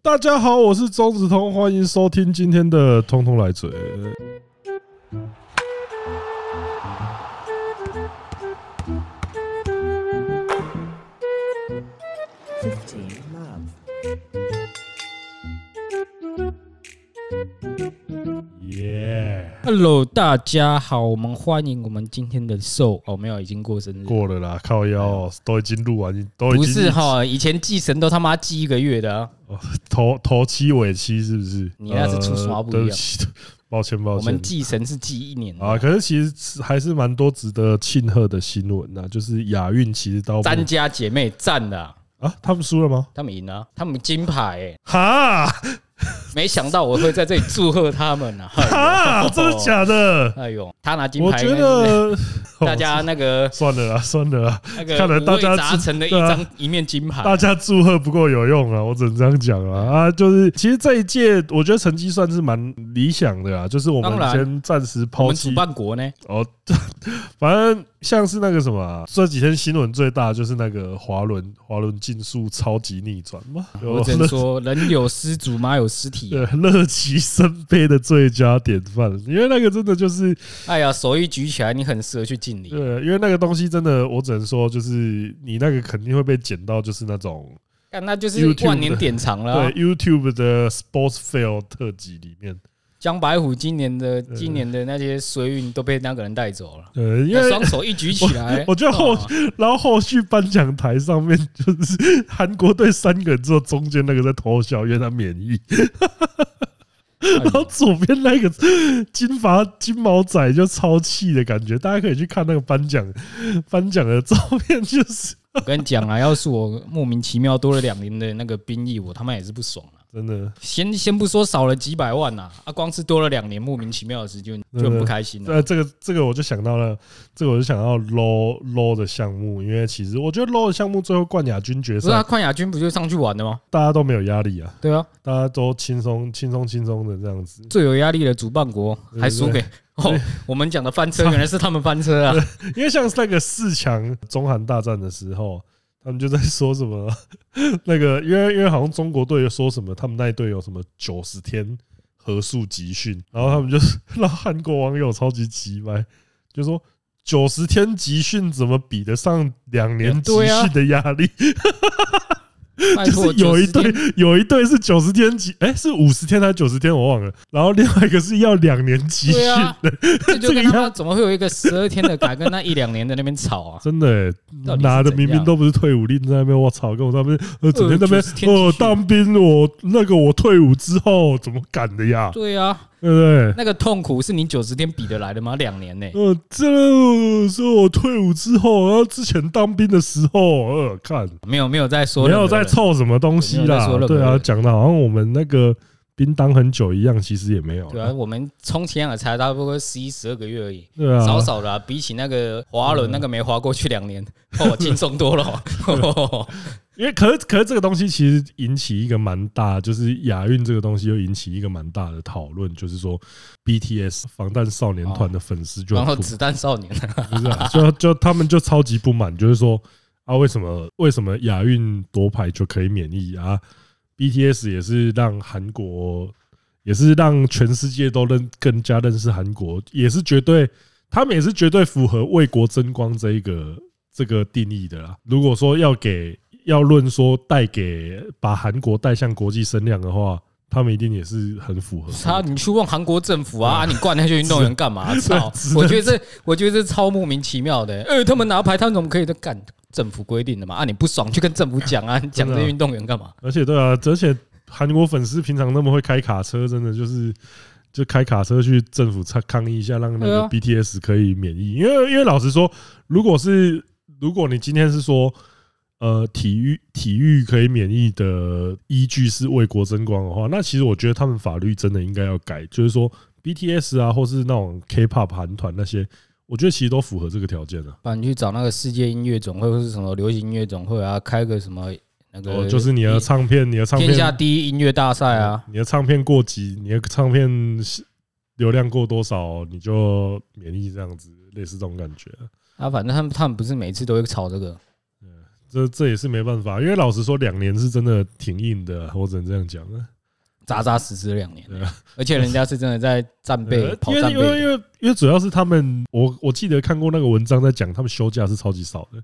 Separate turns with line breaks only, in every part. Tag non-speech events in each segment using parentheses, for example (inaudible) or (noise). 大家好，我是钟子通，欢迎收听今天的《通通来嘴》。
Fifteen love.
耶、
Hello，大家好，我们欢迎我们今天的 Soul 哦，没有，已经过生日，
过了啦，靠腰都已经录完，都已
不
经
是哈，以前祭神都他妈祭一个月的啊、
头头七尾七是不是？
你那是出什么
呃
不一
对
样
不起，抱歉抱
我们
歉。
祭神是祭一年的
啊，可是其实还是蛮多值得庆贺的新闻呐，就是亚运其实到
詹家姐妹赞的啊、
啊，他们输了吗？
他们赢了啊、他们金牌哎、
哈
没想到我会在这里祝贺他们
(laughs)
啊！
哈， (laughs) 真的假的？
哎呦，他拿金
我
牌，
觉得 (laughs) 哦
大家那个
算了啦，算了啦，
那个
看来大家
五味杂陈的一
对啊
张一面金牌，
大家祝贺不够有用啊，我只能这样讲啊啊！就是其实这一届，我觉得成绩算是蛮理想的啊，就是我们
当然
先暂时
我
抛
们主
弃
办国呢，
哦， (laughs) 反正像是那个什么啊、这几天新闻最大的就是那个滑轮滑轮竞速超级逆转嘛，
我
有
只能说人有失足，马有失蹄啊、
哦
(laughs)
对乐极生悲的最佳典范，因为那个真的就是
哎呀，手一举起来，你很适合去敬礼。
对，因为那个东西真的，我只能说就是你那个肯定会被捡到，就是那种
但那就是
YouTube 的
万年典藏了啊、
对 YouTube 的 Sports Fail 特辑里面。
江白虎今年的今年的那些水运都被那个人带走了，
呃，因为
双手一举起来，
我觉 (laughs) 得后
啊，
然后后续颁奖台上面就是韩国队三个人之后，中间那个在偷笑，因为他免疫，
嗯哎
然后
呦
左边那个金发金毛仔就超气的感觉，大家可以去看那个颁奖颁奖的照片，
(laughs)
就是
我跟你讲啊，要是我莫名其妙多了两年的那个兵役，我他妈也是不爽啊。
真的。
先先不说少了几百万呐、啊，啊，光是多了两年莫名其妙的时间就很不开心了、
呃，这个这个我就想到了，这个我就想到 low low 的项目，因为其实我觉得 low 的项目最后冠亚军决
不是啊，
赛，
邝亚军不就上去玩了吗？
大家都没有压力啊，
对啊，
大家都轻松轻松轻松的这样子。
最有压力的主办国
对
还输给哦，我们讲的翻车原来是他们翻车啊！
因为像是那个四强中韩大战的时候，他们就在说什么那个，因为因为好像中国队说什么，他们那一队有什么九十天合宿集训， (laughs) 然后他们就让韩国网友超级急歪，就说。九十天集训怎么比得上两年集
对啊
训的压力？
拜
(laughs) 就是
托，
有一
90天
队有一队是九十天集，哎，是五十天还是九十天？我忘了。然后另外一个是要两年集
对
训，
啊，这就
(laughs) 这个
跟他
要
们怎么会有一个十二天的改跟那一两年的那边吵啊？
真的、欸
到，底是
拿的
怎
明明
样
都不是退伍令，在那边我操，跟我他们呃整天在那边
(laughs) 90天
呃
集训
当兵，我那个我退伍之后怎么敢的呀？
(laughs) 对啊，
对不
那个痛苦是你九十天比得来的吗？两年呢、
对？呃，这是我退伍之后，然后之前当兵的时候，呃，看
没有没有在说
没
任何
有
人，
在凑什么东西
没有在
啦
说任，何
对啊，
人
讲的好像我们那个兵当很久一样，其实也没有啦，
对啊，我们充其量也才差不多十一十二个月而已。
对啊，
少少的、啊，比起那个滑
嗯
轮，那个没滑过去两年，哦，轻松多了、
(laughs)
哦。
因为可是可是这个东西其实引起一个蛮大，就是亚运这个东西又引起一个蛮大的讨论，就是说 BTS 防弹少年团的粉丝就
然后
很不
子弹少年，
不是啊，就就他们就超级不满，就是说啊为什么为什么亚运夺牌就可以免疫啊？BTS 也是让韩国也是让全世界都认更加认识韩国，也是绝对他们也是绝对符合为国争光这一个这个定义的啦。如果说要给要论说带给把韩国带向国际声量的话，他们一定也是很符合。
他啊你去问韩国政府啊，啊你灌那些运动员
(laughs)
干嘛？操！
只能
我觉得这我觉得这超莫名其妙的、呃，他们拿牌，他们怎么可以都干？政府规定的嘛，啊，你不爽去跟政府讲
(laughs)
啊，你讲这些运动员干嘛？
而且对啊，而且韩国粉丝平常那么会开卡车，真的就是就开卡车去政府抗抗议一下，让那
对
个
啊
BTS 可以免疫。因为因为老实说，如果是如果你今天是说呃体育体育可以免疫的依据是为国争光的话，那其实我觉得他们法律真的应该要改，就是说 BTS 啊，或是那种 K-pop 韩团那些。我觉得其实都符合这个条件的、啊，
不然你去找那个世界音乐总会或是什么流行音乐总会啊，开个什么那
哦，
个，
就是你的唱片，你的唱片
天下第一音乐大赛啊，
你的唱片过几，你的唱片流量过多少，你就免疫这样子，类似这种感觉。
啊，反正他们他们不是每次都会炒这个，
这这也是没办法，因为老实说，两年是真的挺硬的，我只能这样讲啊了。
扎扎实实两年
对啊，
而且人家是真的在战备
呃
跑
因为
战
因为
备
因为因为主要是他们，我我记得看过那个文章在讲，他们休假是超级少的。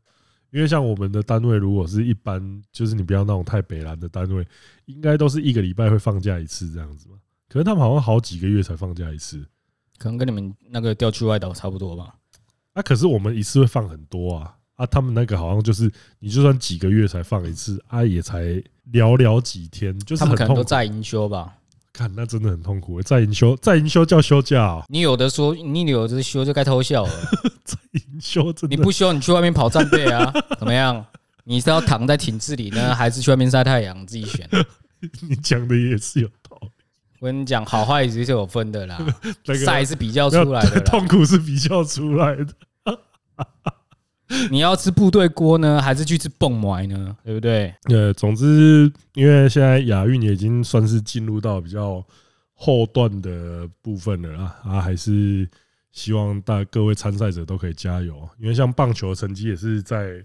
因为像我们的单位，如果是一般，就是你不要那种太北蓝的单位，应该都是一个礼拜会放假一次这样子嘛。可是他们好像好几个月才放假一次，
可能跟你们那个调去外岛差不多吧。
啊，可是我们一次会放很多啊，啊，他们那个好像就是你就算几个月才放一次，啊，也才寥寥几天，就是
他
很
们可能
痛
都
苦。
在营休吧。
看，那真的很痛苦。在营休，在营休叫休假、哦， (laughs)
你有的说，你有的休就该偷笑了。
营休真的
你不休，你去外面跑战备啊？怎么样？你是要躺在体制里呢，还是去外面晒太阳？自己选。
你讲的也是有道理。
我跟你讲，好坏也是有分的啦，
(laughs) 那个
晒是比较出来的
对
啦。
痛苦是比较出来的。
你要吃部队锅呢，还是去吃蹦埋呢？对不对？
呃，总之，因为现在亚运也已经算是进入到比较后段的部分了啦，啊，还是希望大各位参赛者都可以加油，因为像棒球成绩也是在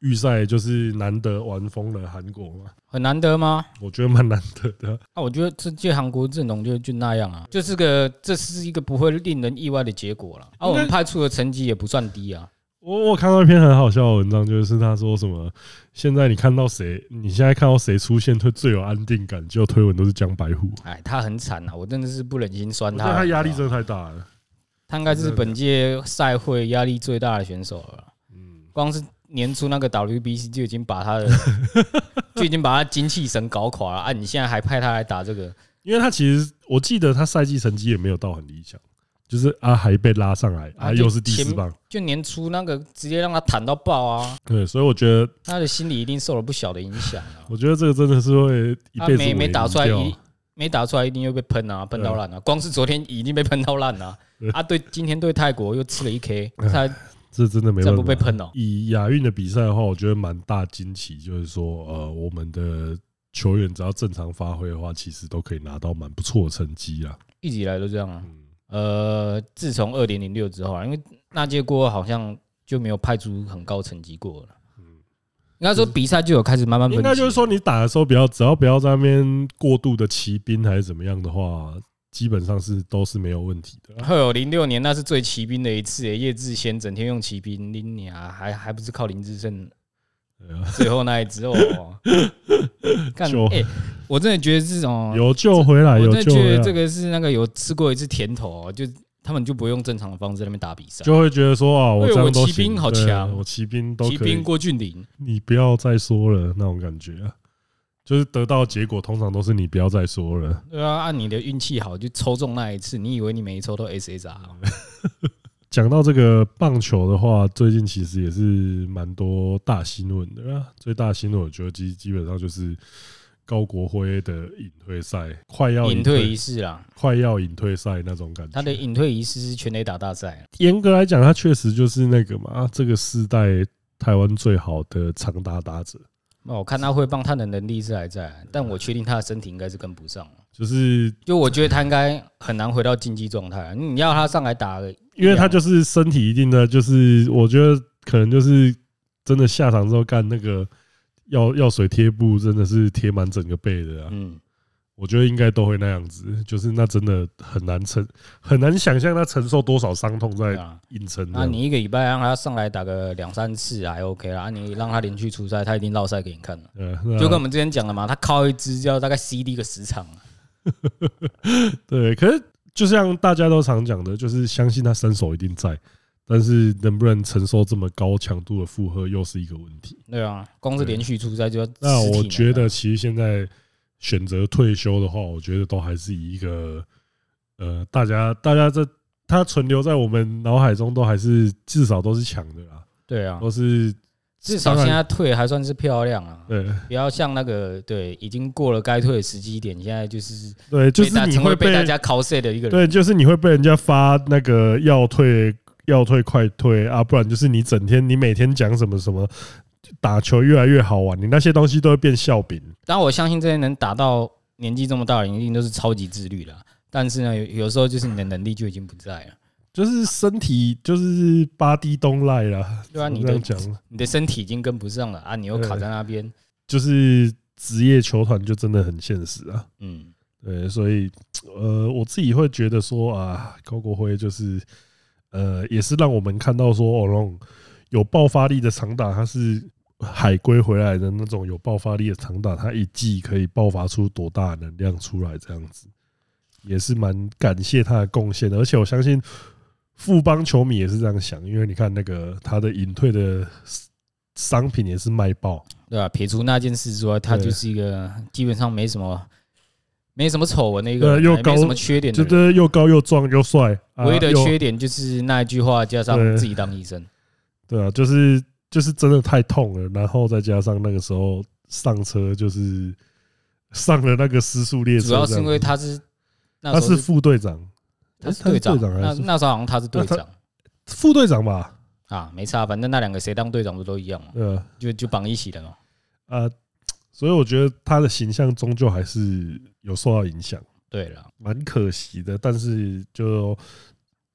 预赛就是难得玩疯了韩国嘛，
很难得吗？
我觉得蛮难得的。
啊，我觉得这届韩国阵容就就那样啊，就是个这是一个不会令人意外的结果了。啊，我们派出的成绩也不算低啊。
我我看到一篇很好笑的文章，就是他说什么，现在你看到谁，你现在看到谁出现会最有安定感，就推文都是江白虎，
哎，他很惨啊，我真的是不忍心
我
酸
觉
他。
得他压力真的太大了。
他应该是本届赛会压力最大的选手了啦。
嗯，
光是年初那个 WBC 就已经
(laughs)
把他的就已经把他精气神搞垮了啊！你现在还派他来打这个，
因为他其实我记得他赛季成绩也没有到很理想，就是啊还被拉上来，啊
啊就
又是第四
前
棒，
就年初那个直接让他惨到爆啊！
对，所以我觉得，
他的心理一定受了不小的影响啊！
我觉得这个真的是会 (laughs) 一
他
辈子
没没
萎
打
靡
出来
掉
一没打出来一定又被喷啊，喷到烂啊！光是昨天已经被喷到烂了
对
啊！对，今天对泰国又吃了一 K，
哎
他
这真的没
再
办
不被
法。
喷哦。
以亚运的比赛的话，我觉得蛮大惊奇，就是说呃，我们的球员只要正常发挥的话，其实都可以拿到蛮不错的成绩啊。
一直以来都这样啊。
嗯，
呃，自从二零零六之后啊，因为那届过后好像就没有派出很高成绩过了。应该说比赛就有开始慢慢
嗯
分
应
歧
该就是
(laughs)
说，你打的时候，不要只要不要在那边过度的骑兵还是怎么样的话，基本上是都是没有问题的啊。
会有零六年那是最骑兵的一次、欸，叶志先整天用骑兵拎你啊，还还不是靠林志胜
对啊
最后那一支
(laughs)
哦。干
就
哎、我真的觉得这种，
有救回来，
我
有
真的
救
觉
回
得哦这
来，
个是那个有吃过一次甜头、哦，就他们就不用正常的方式在那边打比赛，
就会觉得说啊，我
哎
这
我
样都
骑兵
行
好
对
强
我骑兵都
骑
可
兵
以，
郭俊霖。
你不要再说了那种感觉啊，就是得到的结果通常都是你不要再说了。
对啊，按你的运气好就抽中那一次，你以为你每一抽都 SSR？
讲到这个棒球的话，最近其实也是蛮多大新闻的啊。最大新闻我觉得基基本上就是高国辉的隐退赛，快要
隐退仪式啦，
快要隐退赛那种感觉。
他的隐退仪式是全垒打大赛啊，
严格来讲，他确实就是那个嘛，啊这个世代台湾最好的长打打者，
那哦我看他会棒，他的能力是还在，
嗯
但我确定他的身体应该是跟不上了。
就是
就我觉得他应该很难回到竞技状态啊，你要他上来打，
因为他就是身体一定的，就是我觉得可能就是真的下场之后干那个药药水贴布，真的是贴满整个背的啊。
嗯，
我觉得应该都会那样子，就是那真的很难承，很难想象他承受多少伤痛
对
在
啊。
硬撑这
那
样。
你一个礼拜让他上来打个两三次还 OK 啦，啊你让他连续出赛，他一定落赛给你看了。
呃，那
就跟我们之前讲的嘛，他靠一支就要大概 CD 个十场啊，
对，可是就像大家都常讲的，就是相信他身手一定在，但是能不能承受这么高强度的负荷又是一个问题。
对啊，光是
对
连续出赛就要
那
10体
我
能
觉
啊
得，其实现在选择退休的话，我觉得都还是以一个呃，大家大家这他存留在我们脑海中，都还是至少都是强的啦，
对啊，
都是
至少
当然
现在退还算是漂
(laughs)
亮啊，
对
不要像那个对，已经过了该退的时机点，现在就是
对，就
被大
是你
成为
会
被大家 cos 的一个人。
对，就是你会被人家发那个要退要退快退啊，不然就是你整天你每天讲什么什么打球越来越好玩，你那些东西都会变笑柄。
当然，我相信这些能达到年纪这么大的人，一定都是超级自律的啊。但是呢，有有时候就是你的能力就已经不在了。
就是身体就是巴蒂东赖啦，
对啊
只能
你
这
的
样讲了，
你的身体已经跟不上了啊，你又卡在那边，
就是职业球团就真的很现实啊。
嗯，
对，所以呃，我自己会觉得说啊，高国辉就是呃，也是让我们看到说，哦，那种有爆发力的长打，他是海归回来的那种有爆发力的长打，他一季可以爆发出多大的能量出来，这样子也是蛮感谢他的贡献的。而且我相信富邦球迷也是这样想，因为你看那个他的隐退的商品也是卖爆，
对吧、撇除那件事之外，他
对
就是一个基本上没什么没什么丑闻的一个
对
人，
又
也
高
没什么缺点的
就
人。
是又高又壮又帅，啊
唯一的
又
缺点就是那一句话加上
对
自己当医生，
对啊，就是就是真的太痛了，然后再加上那个时候上车就是上了那个失速列车
主
这样
要
子，
是因为他是那
他
时候
是副队长，
他是
诶
队长，
队长
那
还是
那时候好像他是队
那
长
副队长吧？
啊，没差，反正那两个谁当队长不都一样嘛，
呃
就就绑一起的嘛。
啊，所以我觉得他的形象终究还是有受到影响，
对了，
蛮可惜的。但是就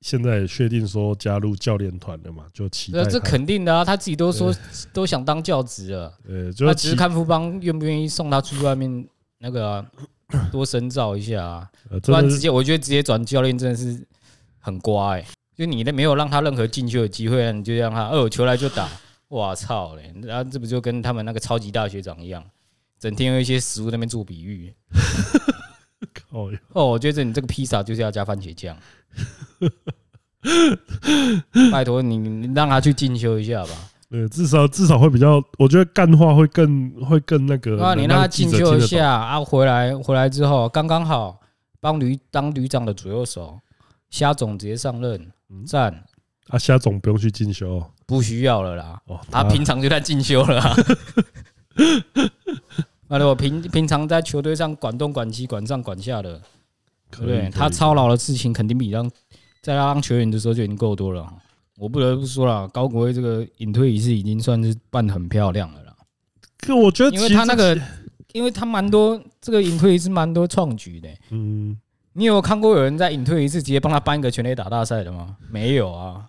现在也确定说加入教练团了嘛，就期待
这这
他
肯定的啊，他自己都说都想当教职了，
呃，就
他
是
只是
期
看富邦愿不愿意送他出去外面那个啊、多深造一下啊，
呃
不
真
然
的
直
是
接我觉得直接转教练真的是很瓜哎、就你那没有让他任何进球的机会，你就让他哦有球来就
(laughs)
打，哇操嘞！然后这不就跟他们那个超级大学长一样，整天用一些食物在那边做比喻。
靠
哦，我觉得你这个披萨就是要加番茄
(laughs)
酱。拜托你，你让他去进修一下吧。
呃，至少至少会比较，我觉得干话会更会更那个。
啊，你让
能
他
记
进
者
修
听
一
得懂
下啊，回来回来之后刚刚好帮旅当旅长的左右手，虾总直接上任，赞，
啊，虾总不用去进修哦
不需要了啦。
哦。
他啊平常就在进修了、 (laughs) 啊。妈的，我平平常在球队上管东管西管上管下的，对
可
不
以
对？他操，劳的事情肯定比让在他当球员的时候就已经够多了。我不得不说了，高国威这个隐退仪式已经算是办得很漂亮了啦，
可以可我觉得
因为
其
他
实
那个，因为他蛮多这个隐退仪式蛮多创举的、
嗯，
你有看过有人在隐退一次直接帮他办一个全垒打大赛的吗？没有啊。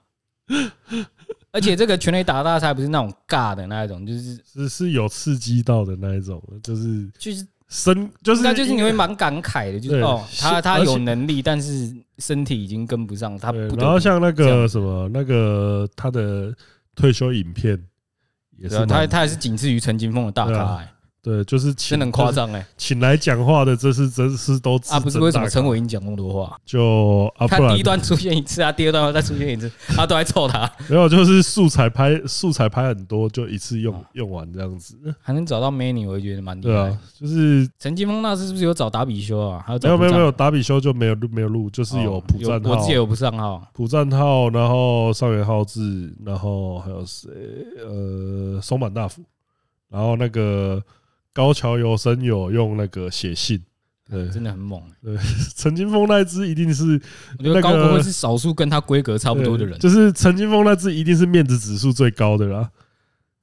而且这个全垒打大赛不是那种尬的那一种，就是
是是有刺激到的那一种，就是
就是
身就是
那就是你会蛮感慨的，就是
对
哦，他
是
他
而且
有能力，但是身体已经跟不上，他
对
不得不
然后像那
这
个
样
什么那个他的退休影片也
对
是
啊他
蛮
他还是仅次于陈金峰的大
对
咖
啊
欸，
对，就是请
真的很夸，张哎
就是！请来讲话的这是真是都
啊，不是为什么陈
为
伟霆讲那么多话？
就啊
他
不然
第一段出现一次啊，第二段又再出现一次，他都在臭他，
(laughs) 没有就是素材拍素材拍很多就一次
啊
用用完这样子，
还能找到 Many，我也觉得蛮厉
对
害
啊。，就是
陈金峰那次是不是有找达比修啊？还有
没
找
有没有
不
没
上
有打比修就没有没有录，就是有
哦
普赞
我
号
自己。有不上号，
浦站浩，然后上元浩志，然后还有谁？呃，松坂大辅，然后那个高桥由生有用那个写信。对，
真的很猛。欸
陈金峰那只一定是
我觉
那
得
个
高国辉是少数跟他规格差
差
不多的人
就是陈金峰那只一定是面子指数最高的啦。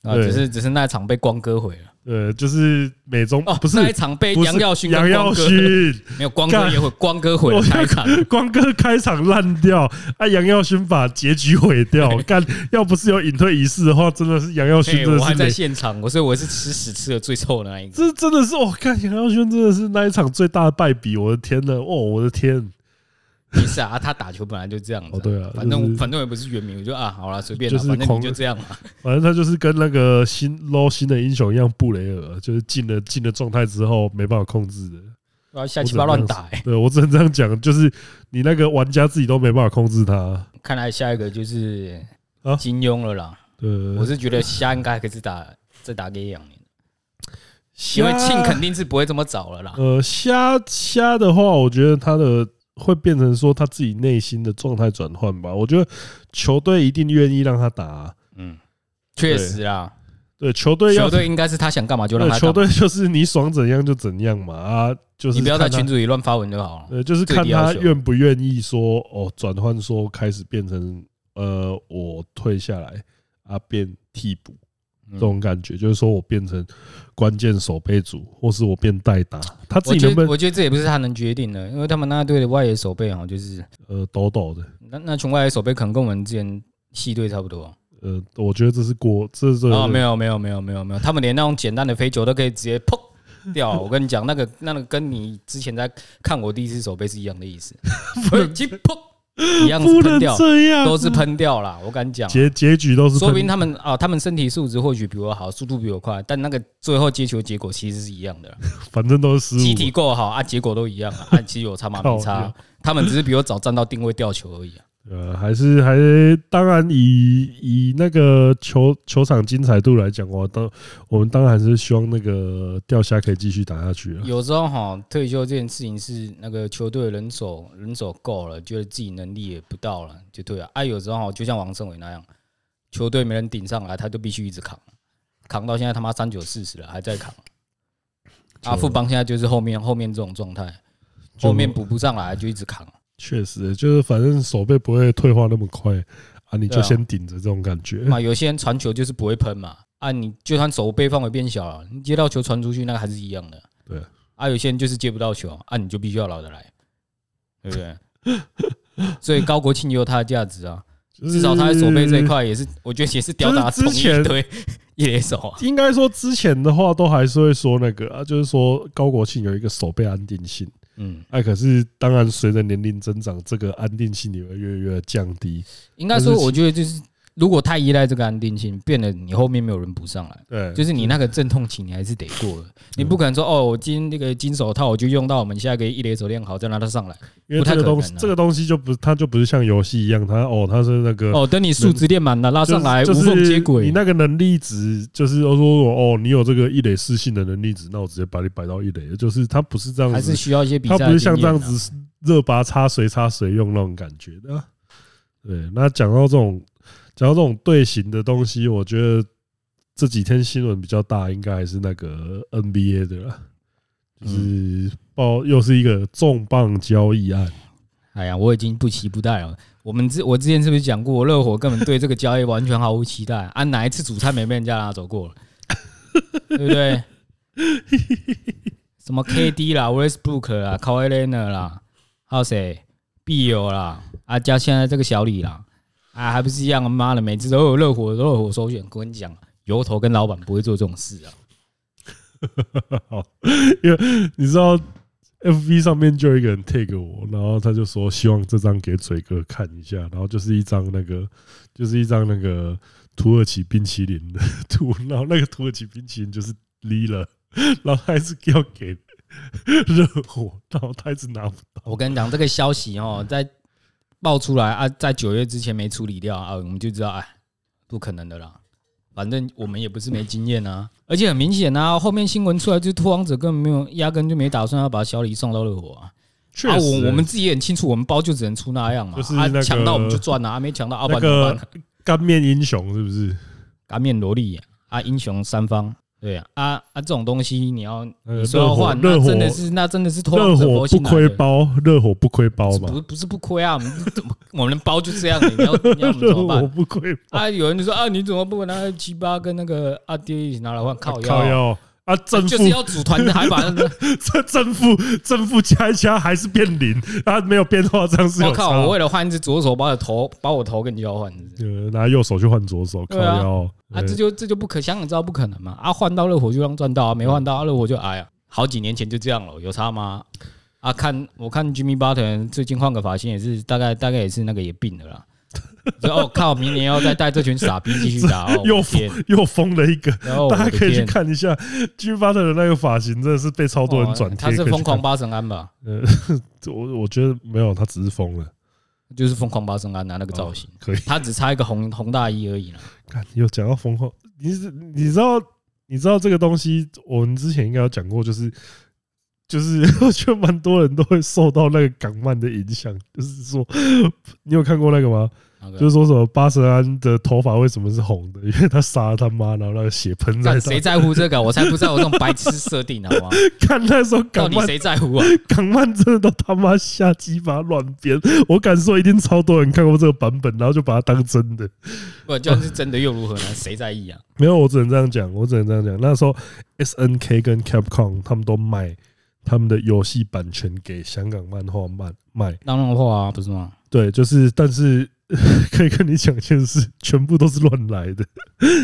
啊，
对
只是只是那一场被光哥毁了
呃，就是美中
哦，
不是
那一场被
不是
杨耀勋跟
杨
光
耀
哥
勋，
没有光哥也毁，光哥毁了开 (laughs) 场，
光哥开场烂掉，啊，杨耀勋把结局毁
(laughs)
掉。干，要不是有隐退仪式的话，真的是杨耀勋
嘿，
真的
我
是
还
没
在现场，我所以我是吃屎吃的最臭的那 (laughs) 一个。
这真的是我看杨耀轩真的是那一场最大的败笔，我的天呐，哦，我的天，
没事啊，他打球本来就这样子啊、
哦对啊
反正
就
我
是
反正我也不是原名，我就啊，好了，随便
就
啦，
是
反正
狂
你就这样 (laughs) 嘛。
反正他就是跟那个新 low 新的英雄一样，布雷尔就是进了进了状态之后没办法控制的。
然后瞎啊七八乱打、欸，
对我只能这样讲，就是你那个玩家自己都没办法控制他。
哎看来下一个就是
啊
金庸了啦。
对，
我是觉得虾应该还可以再打再打给两年，
虾
因为庆肯定是不会这么早了啦。
呃虾虾的话，我觉得他的会变成说他自己内心的状态转换吧。我觉得球队一定愿意让他打啊、
嗯，确实啦，
对球队要
球队应该是他想干嘛就让
对，
他
球
干嘛，
队就是你想怎样就怎样嘛啊，就是
你不要在
看他
群组里乱发文就好了。
呃，就是看
最低要
他
求
愿不愿意说哦，转换说开始变成呃，我退下来啊，变替补
嗯
这种感觉，就是说我变成关键守备组，或是我变代打，他自
我
己
觉
能不
得
能
我觉得这也不是他能决定的，因为他们那队的外野手背哦，就是
呃抖抖的，
那那群外野手背可能跟我们之前系队差不多。
呃，我觉得这是过这这
哦，没有没有没有没有没有，他们连那种简单的飞球都可以直接砰掉。我跟你讲，那个那个跟你之前在看我第一次手背是一样的意思，飞机砰一样
不
是
能
喷掉，
这样啊，
都是喷掉啦。我敢讲，
结结局都是
说不
喷
定他们啊，他们身体素质或许比我好，速度比我快，但那个最后接球结果其实是一样的啦，
反正都是失误。
机体够好啊，结果都一样啊，啊其实有差吗？没差啊，他们只是比我早站到定位吊球而已啊。
呃，还是还当然以以那个球球场精彩度来讲，我当我们当然还是希望那个钓虾可以继续打下 (laughs) 去啊。
有时候哈，退休这件事情是那个球队人手人手够了，觉得自己能力也不到了，就对了。啊，有时候齁就像王胜伟那样，球队没人顶上来，他就必须一直扛，扛到现在他妈三九四十了，还在扛。啊，
就
富邦现在就是后面后面这种状态，
就
后面补不上来就一直扛。
确实，就是反正手背不会退化那么快啊，你
对
就
啊
先顶着这种感觉。
嘛，有些人传球就是不会喷嘛，啊，你就算手背范围变小了，你接到球传出去，那个还是一样的。
对，
啊，有些人就是接不到球，啊，你就必须要老得来，对不对？ (laughs) 所以高国庆也有他的价值啊，
就是
至少他在手背这一，块也是，我觉得也是吊打
就是
同
之
一
前
堆 (laughs) 一垒手
(laughs)
啊。
应该说之前的话都还是会说那个啊，就是说高国庆有一个手背安定性，
嗯，
哎、可是当然随着年龄增长，这个安定性也会越来越降低。
应该说，我觉得就是如果太依赖这个安定性，变得你后面没有人补上来。
对，
就是你那个阵痛期，你还是得过的。你不可能说哦，我今天那个金手套我就用到我们下一个一垒手练好，再拿它上来。
因为
不太
这个
可
东西
能啊
这个东西就不，它就不是像游戏一样，它哦，它是那个
哦，等你数值练满了，拉
就
上
是
来
就
无
是
缝接轨
你。那个能力值就是说哦，你有这个一垒四性的能力值，那我直接把你摆到一垒，就是它不是这样
还是
子，
需要一些比赛
它
的经验啊、
不是像这样子热拔插谁插谁用那种感觉的啊。对，那讲到这种讲到这种队形的东西，我觉得这几天新闻比较大，应该还是那个 NBA 的啦，
嗯
就是报又是一个重磅交易案。
哎呀，我已经不期不待了。我们之我之前是不是讲过，我热火根本对这个交易完全毫无期待啊？哪一次主菜没被人家拿走过了？ (laughs) 对不对？什么 KD 啦，Westbrook 啦 k a w h i l e n a 啦，还有谁？必有啦，啊，加现在这个小李啦，啊，还不是一样？妈的，每次都有热火，热火首选。跟你讲，油头跟老板不会做这种事啊。
好，因为你知道，FB 上面就有一个人 tag 我，然后他就说希望这张给嘴哥看一下，然后就是一张那个，就是一张那个土耳其冰淇淋的 (laughs) 图，然后那个土耳其冰淇淋就是 l 了，然后他还是要给热火，然后他一直拿不到，
我跟你讲，这个消息
嗯
哦，在爆出来啊，在九月之前没处理掉啊，我们就知道哎，不可能的啦。反正我们也不是没经验啊，而且很明显啊，后面新闻出来，就是拓荒者根本没有，压根就没打算要把小李送到热火啊。
确
啊，
实、
我我们自己也很清楚，我们包就只能出那样嘛。
就是
啊
那，个
抢到我们就赚了，啊，没抢到啊，
那
不然怎么办
个干面英雄是不是？
擀面萝莉啊，英雄三方。对啊，啊啊，这种东西你要
那个
你说要换，
呃热
那
火
真的是那真的是拓荒
热
者
火
佛系
不
拿
亏
的
包，热火不亏包嘛，
不不是不亏啊，我们怎么我们包就这样，你要你要我
(laughs)
们
热
怎么
火
办？
不亏包。
啊，有人就说啊，你怎么不把那七八跟那个阿爹一起拿来换靠
靠
腰？哎
腰啊！正
就
负
是要组团的，还把那
(laughs)
个
这正负正负加一加还是变零，它没有变化，这样是
我
有
靠！
差
我。为了换一只左手，把我头把我头跟你交换，是不是
呃，拿右手去换左手，靠
对啊
腰呃
啊，这就这就不可想，你知道不可能嘛？啊，换到热火就让赚到啊，没换到啊热火就哎呀，好几年前就这样了，有差吗？啊，看我看 Jimmy Butler 最近换个发型也是，大概大概也是那个也病了啦。 (laughs) 所以哦靠，明年要再带这群傻逼继续打哦，我的
(laughs) 又
天！
又疯了一个。(laughs)
然后我
大
的
家可以去
天
看一下 G 巴特的那个发型，真的是被超多人转
哦
贴。
他是
可以去
疯狂
看，
八神庵吧？
呃，我我觉得没有，他只是疯了。
就是疯狂八神庵拿啊那个造型，
哦可以，
他只差一个红红大衣而已啦。
看有讲到疯狂，你是你知道你知道这个东西，我们之前应该有讲过，就是就是 (laughs) 我觉得蛮多人都会受到那个港漫的影响，就是说，你有看过那个吗？
那
就
个
是说什么巴神安的头发为什么是红的？因为他杀了他妈，然后那个血喷在
干
他
谁。在乎这个？我才不在乎这种白痴设定，好
(laughs)
吗？
看那时候
到
港
底
漫，
谁在乎啊？
港漫真的都他妈瞎鸡巴乱编，我敢说一定超多人看过这个版本，然后就把它当真的。
不然就算是真的又如何
(laughs)
呢？谁在意啊？
没有，我只能这样讲，我只能这样讲。那时候 S N K 跟 Capcom 他们都卖他们的游戏版权给香港漫画卖卖，
当然话啊，不是吗？
对，就是，但是 (laughs) 可以跟你讲一件事，全部都是乱来的。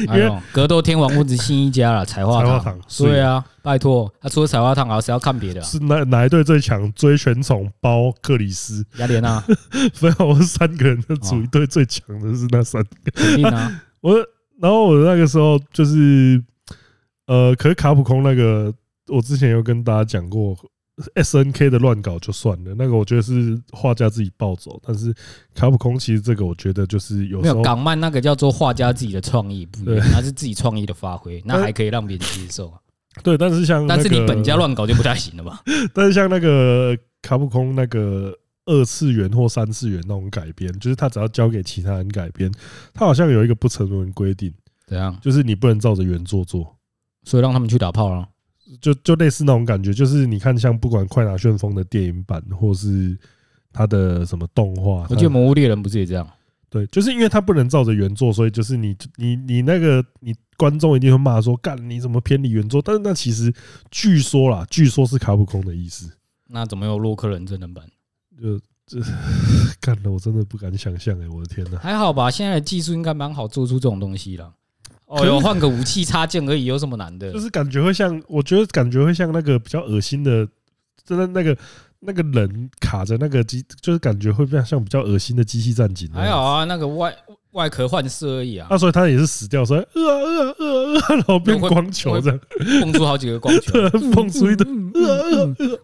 还有格斗天王不止新一家了，彩画
彩画
堂
(laughs) 堂。是
对啊，拜托，他除了彩画堂，还是要看别的啊。
是哪哪一队最强？追全宠包克里斯，
雅典啊
(laughs)
娜
非要我三个人的组一队，最强的是那三个。
肯定啊，
哦我然后我那个时候就是，呃，可是卡普空那个，我之前有跟大家讲过，S N K 的乱搞就算了，那个我觉得是画家自己暴走，但是卡普空其实这个我觉得就是有
没
时
有
候
港漫那个叫做画家自己的创意不一
对
样，他是自己创意的发挥，那还可以让别人接受啊。
对，但是像
但是
那
你
个
本家，乱搞就不太行
(laughs)
了吧？
但是像那个卡普空那个。二次元或三次元那种改编，就是他只要交给其他人改编，他好像有一个不成文规定，
怎样？
就是你不能照着原作做。
所以让他们去打炮了。
就就类似那种感觉，就是你看像不管快打旋风的电影版，或是它的什么动画，
我记得《
它
魔物猎人》不是也这样？
对，就是因为它不能照着原作，所以就是你你你那个你观众一定会骂说，干你怎么偏离原作？但是那其实据说啦，据说是卡普空的意思， (laughs)
那怎么有洛克人真人版？
就这干了，我真的不敢想象哎、我的天哪！
还好吧，现在的技术应该蛮好做出这种东西了。哦
可
哟，
是
换个武器插件而已，有什么难的？
就是感觉会像，我觉得感觉会像那个比较恶心的，真的那个那个人卡着那个机，就是感觉会比较像比较恶心的机器战警那样。
还好啊，那个外外壳换色而已啊
那、，所以他也是死掉，说呃呃呃呃，然后变光球
(laughs)
这样，
蹦出好几个光
(laughs)
球。
蹦出一堆。
嗯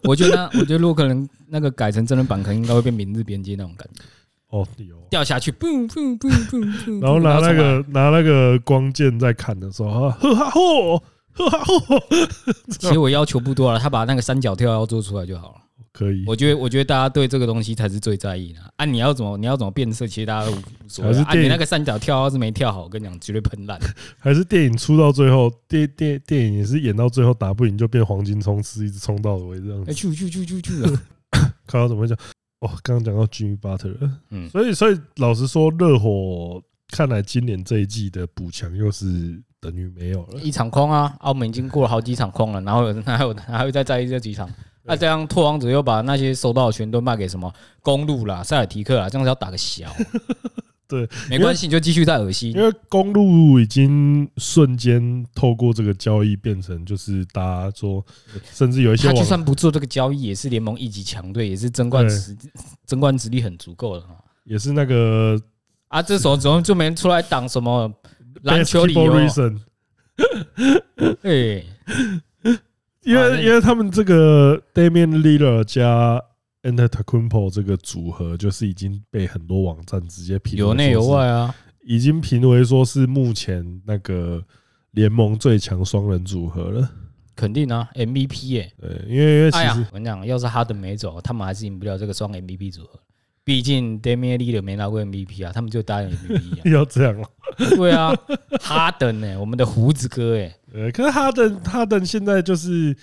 我觉得那，我觉得如果可能那个改成真人版，可能应该会变《明日边界》那种感觉，
哦，有。
掉下去，
哦
砰砰砰砰砰，
然后拿那
重来
个拿那个光剑在砍的时候，啊呵哈吼，呵哈吼，
其实我要求不多了，他把那个三角跳要做出来就好了。
可以。
我觉得，我觉得大家对这个东西才是最在意的。啊，你要怎么，你要怎么变色，其实大家都无所
还
谓
是
啊。啊
电
你
影
那个三角跳要是没跳好，我跟你讲，绝对喷
(laughs)
烂。
还是电影出到最后，电电电影也是演到最后打不赢就变黄金冲刺，一直冲到尾这样子。
哎，去去去去去
(laughs)
了，
看到怎么会讲？哦，刚刚讲到 Jimmy Butler，
嗯
所以所以老实说，热火看来今年这一季的补强又是等于没有了。
一场空啊！澳门已经过了好几场空了，然后有还有还会再在意这几场。那、这样拓荒者又把那些收到的全都卖给什么公路啦、塞尔提克啦，这样子要打个小。
(laughs) 对，
没关系，你就继续再恶心
因。为公路已经瞬间透过这个交易变成就是大家说，甚至有一些
他就
网
算不做这个交易，也是联盟一级强队，也是争冠
对
实争冠实力很足够的啊。
也是那个
啊，这时候怎么就没人出来挡什么篮球哦理
basketball
由？哎
reason，
对，
因
啊那
为因为他们这个 Damian l i l l a r 加 a n t e r t a c u m p o 这个组合，就是已经被很多网站直接评为
有内
说
有
是，
外啊。
已经评为说是目前那个联盟最强双人组合了。
肯定啊，MVP 耶、
对，因为因为其
哎
实
呀，我跟你讲，要是哈登没走，他们还是赢不了这个双 MVP 组合。毕竟 Damian l i l l a r 没拿过 MVP 啊，他们就答应 MVP
(laughs) (laughs)
啊。
要这样了。
对啊，哈登呢、我们的胡子哥哎、
呃，可是哈登，哈登现在就是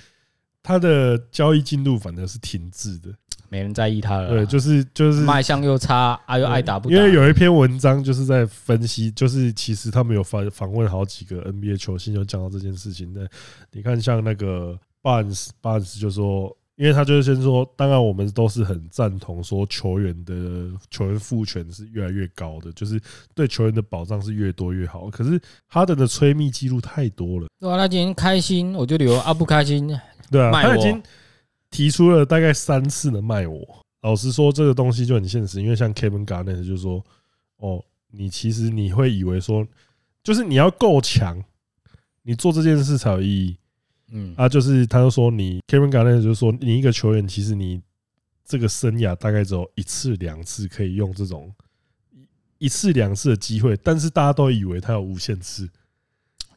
他的交易进度反正是停滞的，
没人在意他了啊。
对，就是就是
卖相又差，啊又爱打不打。
因为有一篇文章就是在分析，就是其实他们有访访问好几个 NBA 球星，有讲到这件事情的。你看，像那个 Barnes Barnes 就说，因为他就是先说，当然我们都是很赞同说球员的球员赋权是越来越高的，就是对球员的保障是越多越好。可是哈登的催密记录太多了。
对啊，他今天开心我就留，啊不开心
对啊，
卖
他已
我
经提出了大概三次的卖我。老实说，这个东西就很现实，因为像 Kevin Garnett 就说：“哦，你其实你会以为说，就是你要够强，你做这件事才有意义
嗯，
啊。”就是他就说你 Kevin Garnett 就说你一个球员，其实你这个生涯大概只有一次两次可以用这种一一次两次的机会，但是大家都以为他有无限次，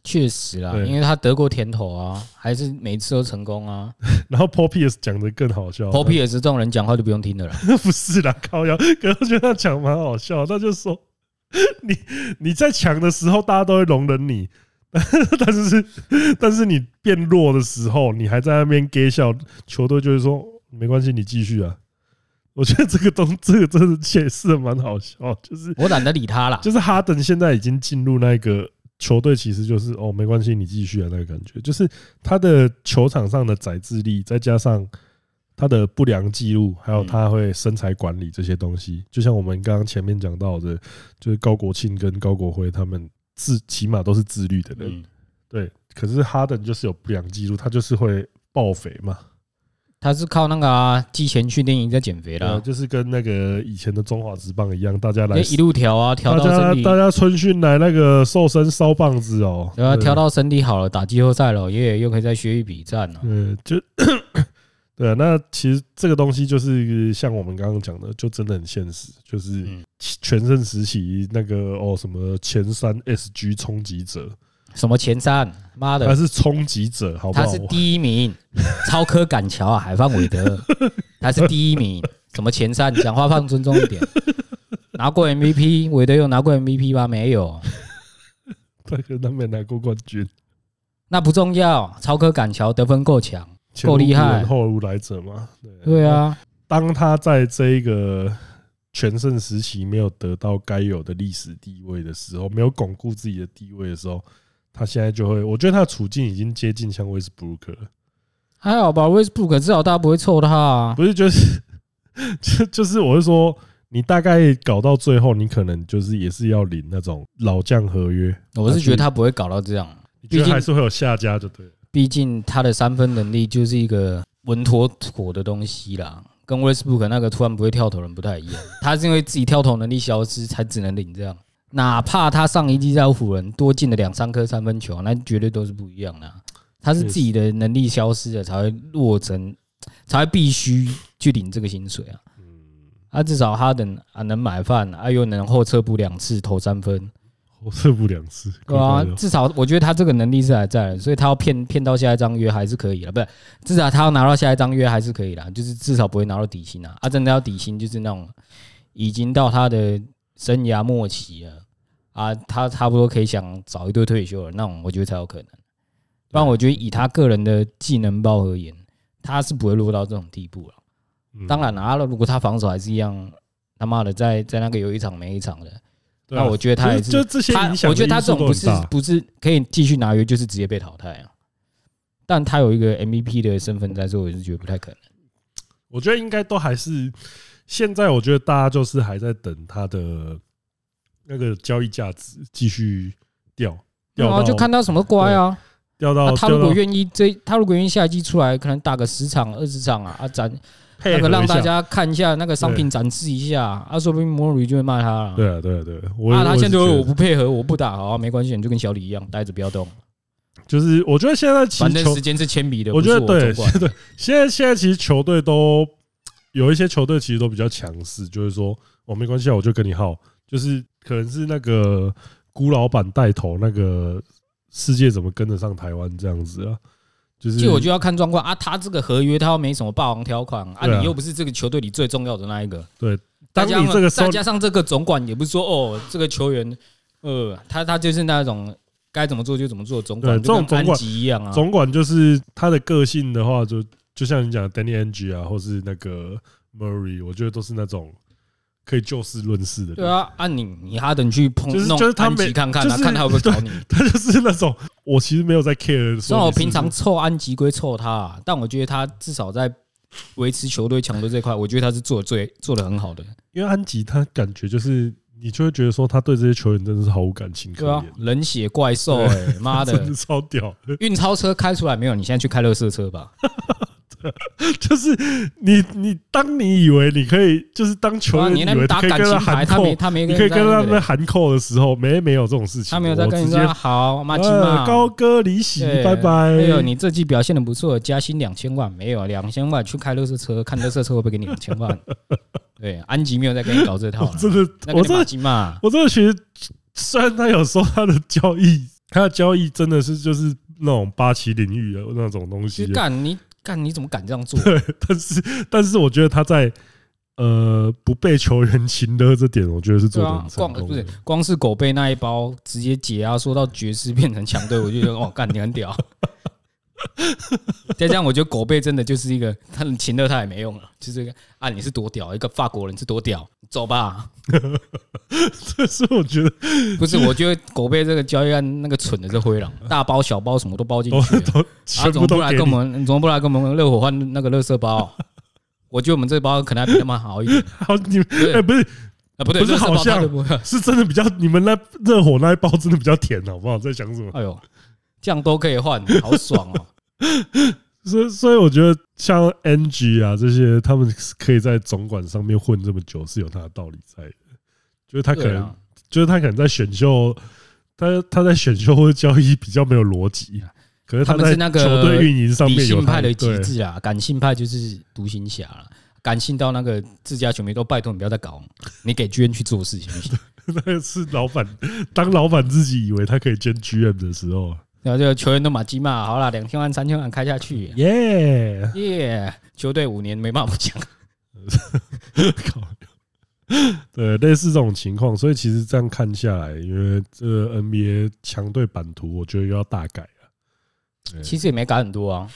确实啦，
对
因为他得过甜头啊，还是每次都成功啊。
然后 Paul Pierce 讲的更好笑
Poppy 也是这种人，讲话就不用
(laughs)
听的了。
不是啦，靠腰。可是我觉得他讲蛮好笑，他就说 (laughs) 你你在强的时候，大家都会容忍你。 (laughs) 但是，但是你变弱的时候，你还在那边给笑，球队就会说没关系，你继续啊。我觉得这个东，这个真的解释的蛮好笑，就是
我懒得理他啦。
(laughs) 就是哈登现在已经进入那个球队，其实就是哦，没关系，你继续啊，那个感觉，就是他的球场上的宰制力，再加上他的不良记录，还有他会身材管理这些东西，就像我们刚刚前面讲到的，就是高国庆跟高国辉他们自起码都是自律的人，
嗯，
对。可是哈登就是有不良记录，他就是会爆肥嘛，
他是靠那个啊，季前训练营在减肥
然后啊
啦，
就是跟那个以前的中华职棒一样，大家来
就一路调啊，调
大
到身
家
体，
大家春训来那个瘦身烧棒子哦，
对啊，调到身体好了，打季后赛了，耶，又可以再削一笔战了。啊
嗯，就 (coughs) 对啊，那其实这个东西就是像我们刚刚讲的，就真的很现实，就是
嗯
全盛时期那个哦什么前三 SG 冲击者，
什么前三？妈
他
的，
是冲击者，好不
他
好
是？
(laughs)
第一名，超科赶桥啊，海范韦德，他是第一名。什么前三？讲话放尊重一点。
(laughs)
拿过 MVP，韦德有拿过 MVP 吗？没有，
他可能没拿过冠军，
那不重要。超科赶桥得分够强，
前
够
无
厉
古人
害。
后无来者嘛。
对啊，
当他在这一个全盛时期没有得到该有的历史地位的时候，没有巩固自己的地位的时候，他现在就会，我觉得他的处境已经接近像威斯布鲁克了。
还好吧，Westbrook 至少大家不会臭他啊。
不是，就是就就是，我是说，你大概搞到最后，你可能就是也是要领那种老将合约，
我是觉得他不会搞到这样，
你觉得还是会有下家就 (laughs) 对了。
毕竟他的三分能力就是一个稳妥妥的东西啦，跟 Westbrook 那个突然不会跳投人不太一样。他是因为自己跳投能力消失，才只能领这样。哪怕他上一季在湖人多进了两三颗三分球，那绝对都是不一样的啊、他是自己的能力消失了，才会落成，才会必须去领这个薪水啊。啊，至少哈登啊能买饭，啊又能后撤步两次投三分，
我射不两次，
对啊
快乐，
至少我觉得他这个能力是还在的，所以他要骗骗到下一张约还是可以了，不是？至少他要拿到下一张约还是可以啦，就是至少不会拿到底薪啊。啊，真的要底薪就是那种已经到他的生涯末期了啊，他差不多可以想早一堆退休了，那种我觉得才有可能。不然我觉得以他个人的技能包而言，他是不会落到这种地步了。
嗯
当然了，啊如果他防守还是一样他妈的在在那个有一场没一场的，
对啊
那我觉得他
就是
也是
就这些
他
影响，
我觉得他这种不是不是可以继续拿约，就是直接被淘汰啊。但他有一个 MVP 的身份在，所以我是觉得不太可能。
我觉得应该都还是现在，我觉得大家就是还在等他的那个交易价值继续掉掉
然后
到
啊就看他什么乖啊，
掉
啊
到
他如果愿意这，他如果愿意下一季出来，可能打个十场、二十场啊，啊展
配
那
合
个
一下
让大家看一下那个商品展示一下，啊，说不定莫瑞就会骂他了。
对啊对啊对啊，我
啊，他现在就
我也
会
是
我
觉得
不配合，我不打，好啊，没关系，你就跟小李一样待着不要动，
就是我觉得现在其
反
实
正
球
时间是铅笔的，
我
不是
觉得对
我主管
(laughs) 对，现在现在其实球队都有一些球队其实都比较强势，就是说哦没关系啊，我就跟你耗，就是可能是那个古老板带头，那个世界怎么跟得上台湾这样子啊？就是
就我就要看状况啊，他这个合约他又没什么霸王条款啊，
对啊
你又不是这个球队里最重要的那一个。
当
再加
你
上
这个时候
再加上这个总管也不是说哦，这个球员，呃，他他就是那种该怎么做就怎么做，总管
对这种
就跟
总管
安吉一样啊。
总管就是他的个性的话，就就像你讲的 Danny Ng 啊，或是那个 Murray，我觉得都是那种可以就事论事的人
对。啊，按你你哈登去碰
就是
弄
就是他
安
没
吉看看
就
啊，
是
看他会不会搞你。
(laughs) 他就是那种我其实没有在 care，
虽
说
然我
你是
平常
不是
臭安吉归臭他啊，但我觉得他至少在维持球队强队这块，我觉得他是做得最做的很好的。
因为安吉他感觉就是你就会觉得说他对这些球员真的是毫无感情可
对啊
言，，
冷血怪兽哎，
(laughs)
妈
真的
的！
超屌。
运钞车开出来没有？你现在去开乐色车吧。
就是你你当你以为你可以，就是当球
对啊，
员
你
以
那
为你
边打
可以
感
跟
情
他
牌，
喊
他没
扣，
他没
你
跟
可以跟他
那个
们喊扣的时候，没没有这种事情，哦
他没有在
我
跟你
直接
说好，妈鸡
呃
嘛，
高歌离席，
对
拜拜。
哎呦，你这季表现的不错，加薪两千万没有？啊两千万去开乐色车，看乐色车会不会给你两千万？对，安吉没有在跟你搞这套
我
了，
真的
那，
我
个
真
马
的，
吉嘛，
我真的觉得，虽然他有说他的交易他的交易真的是就是那种八旗领域的那种东
其
西啊
实，干你干你怎么敢这样做？
但是但是我觉得他在呃不被球员擒的这点，我觉得是
对
做的
啊
很，成
光
功
不是
(laughs) 的。
光是狗贝那一包直接解压缩到爵士变成强队， (laughs) 我就觉得哦，干你很屌。再这样，我觉得狗贝真的就是一个，他擒了他也没用了，就是一个啊，你是多屌，一个法国人是多屌，走吧。
这是我觉得
不是，我觉得狗贝这个交易案那个蠢的是
(laughs)
灰狼，大包小包什么都包进
都
去了，
都
啊，
(laughs) 全
怎
部
么不
都
来
给
跟我
你，
们，怎么不来跟我们热火换那个乐色包？啊我觉得我们这包可能还比他们好一点
好你们
对
哎不是
啊，不对，
不是
乐色包
好像
他就不会
是真的比较你们那热火那一包真的比较甜，啊好不好？在想什么？ (laughs)
哎呦，这样都可以换，好爽哦！
所以所以我觉得像 NG 啊这些，他们可以在总管上面混这么久是有他的道理在的，就是 (laughs) 他可
对
能
啊，
就是他可能在选秀，他他在选秀或者交易比较没有逻辑，可是
嗯他们
在
是那个
球队运营上
理
面有
性
他
派的极
对
致啊，感性派就是独行侠啦。感性到那个自家球迷都拜托你不要再搞，你给 GN 去做事情就
(laughs)
行。
那个是老板，当老板自己以为他可以兼 GM 的时候，
然后就球员都马鸡嘛，好啦，两千万、三千万开下去，
耶、
耶！球队五年没办法不讲，
(laughs) 靠！对，类似这种情况，所以其实这样看下来，因为这个 NBA 强队版图，我觉得又要大改了。对
其实也没改很多啊。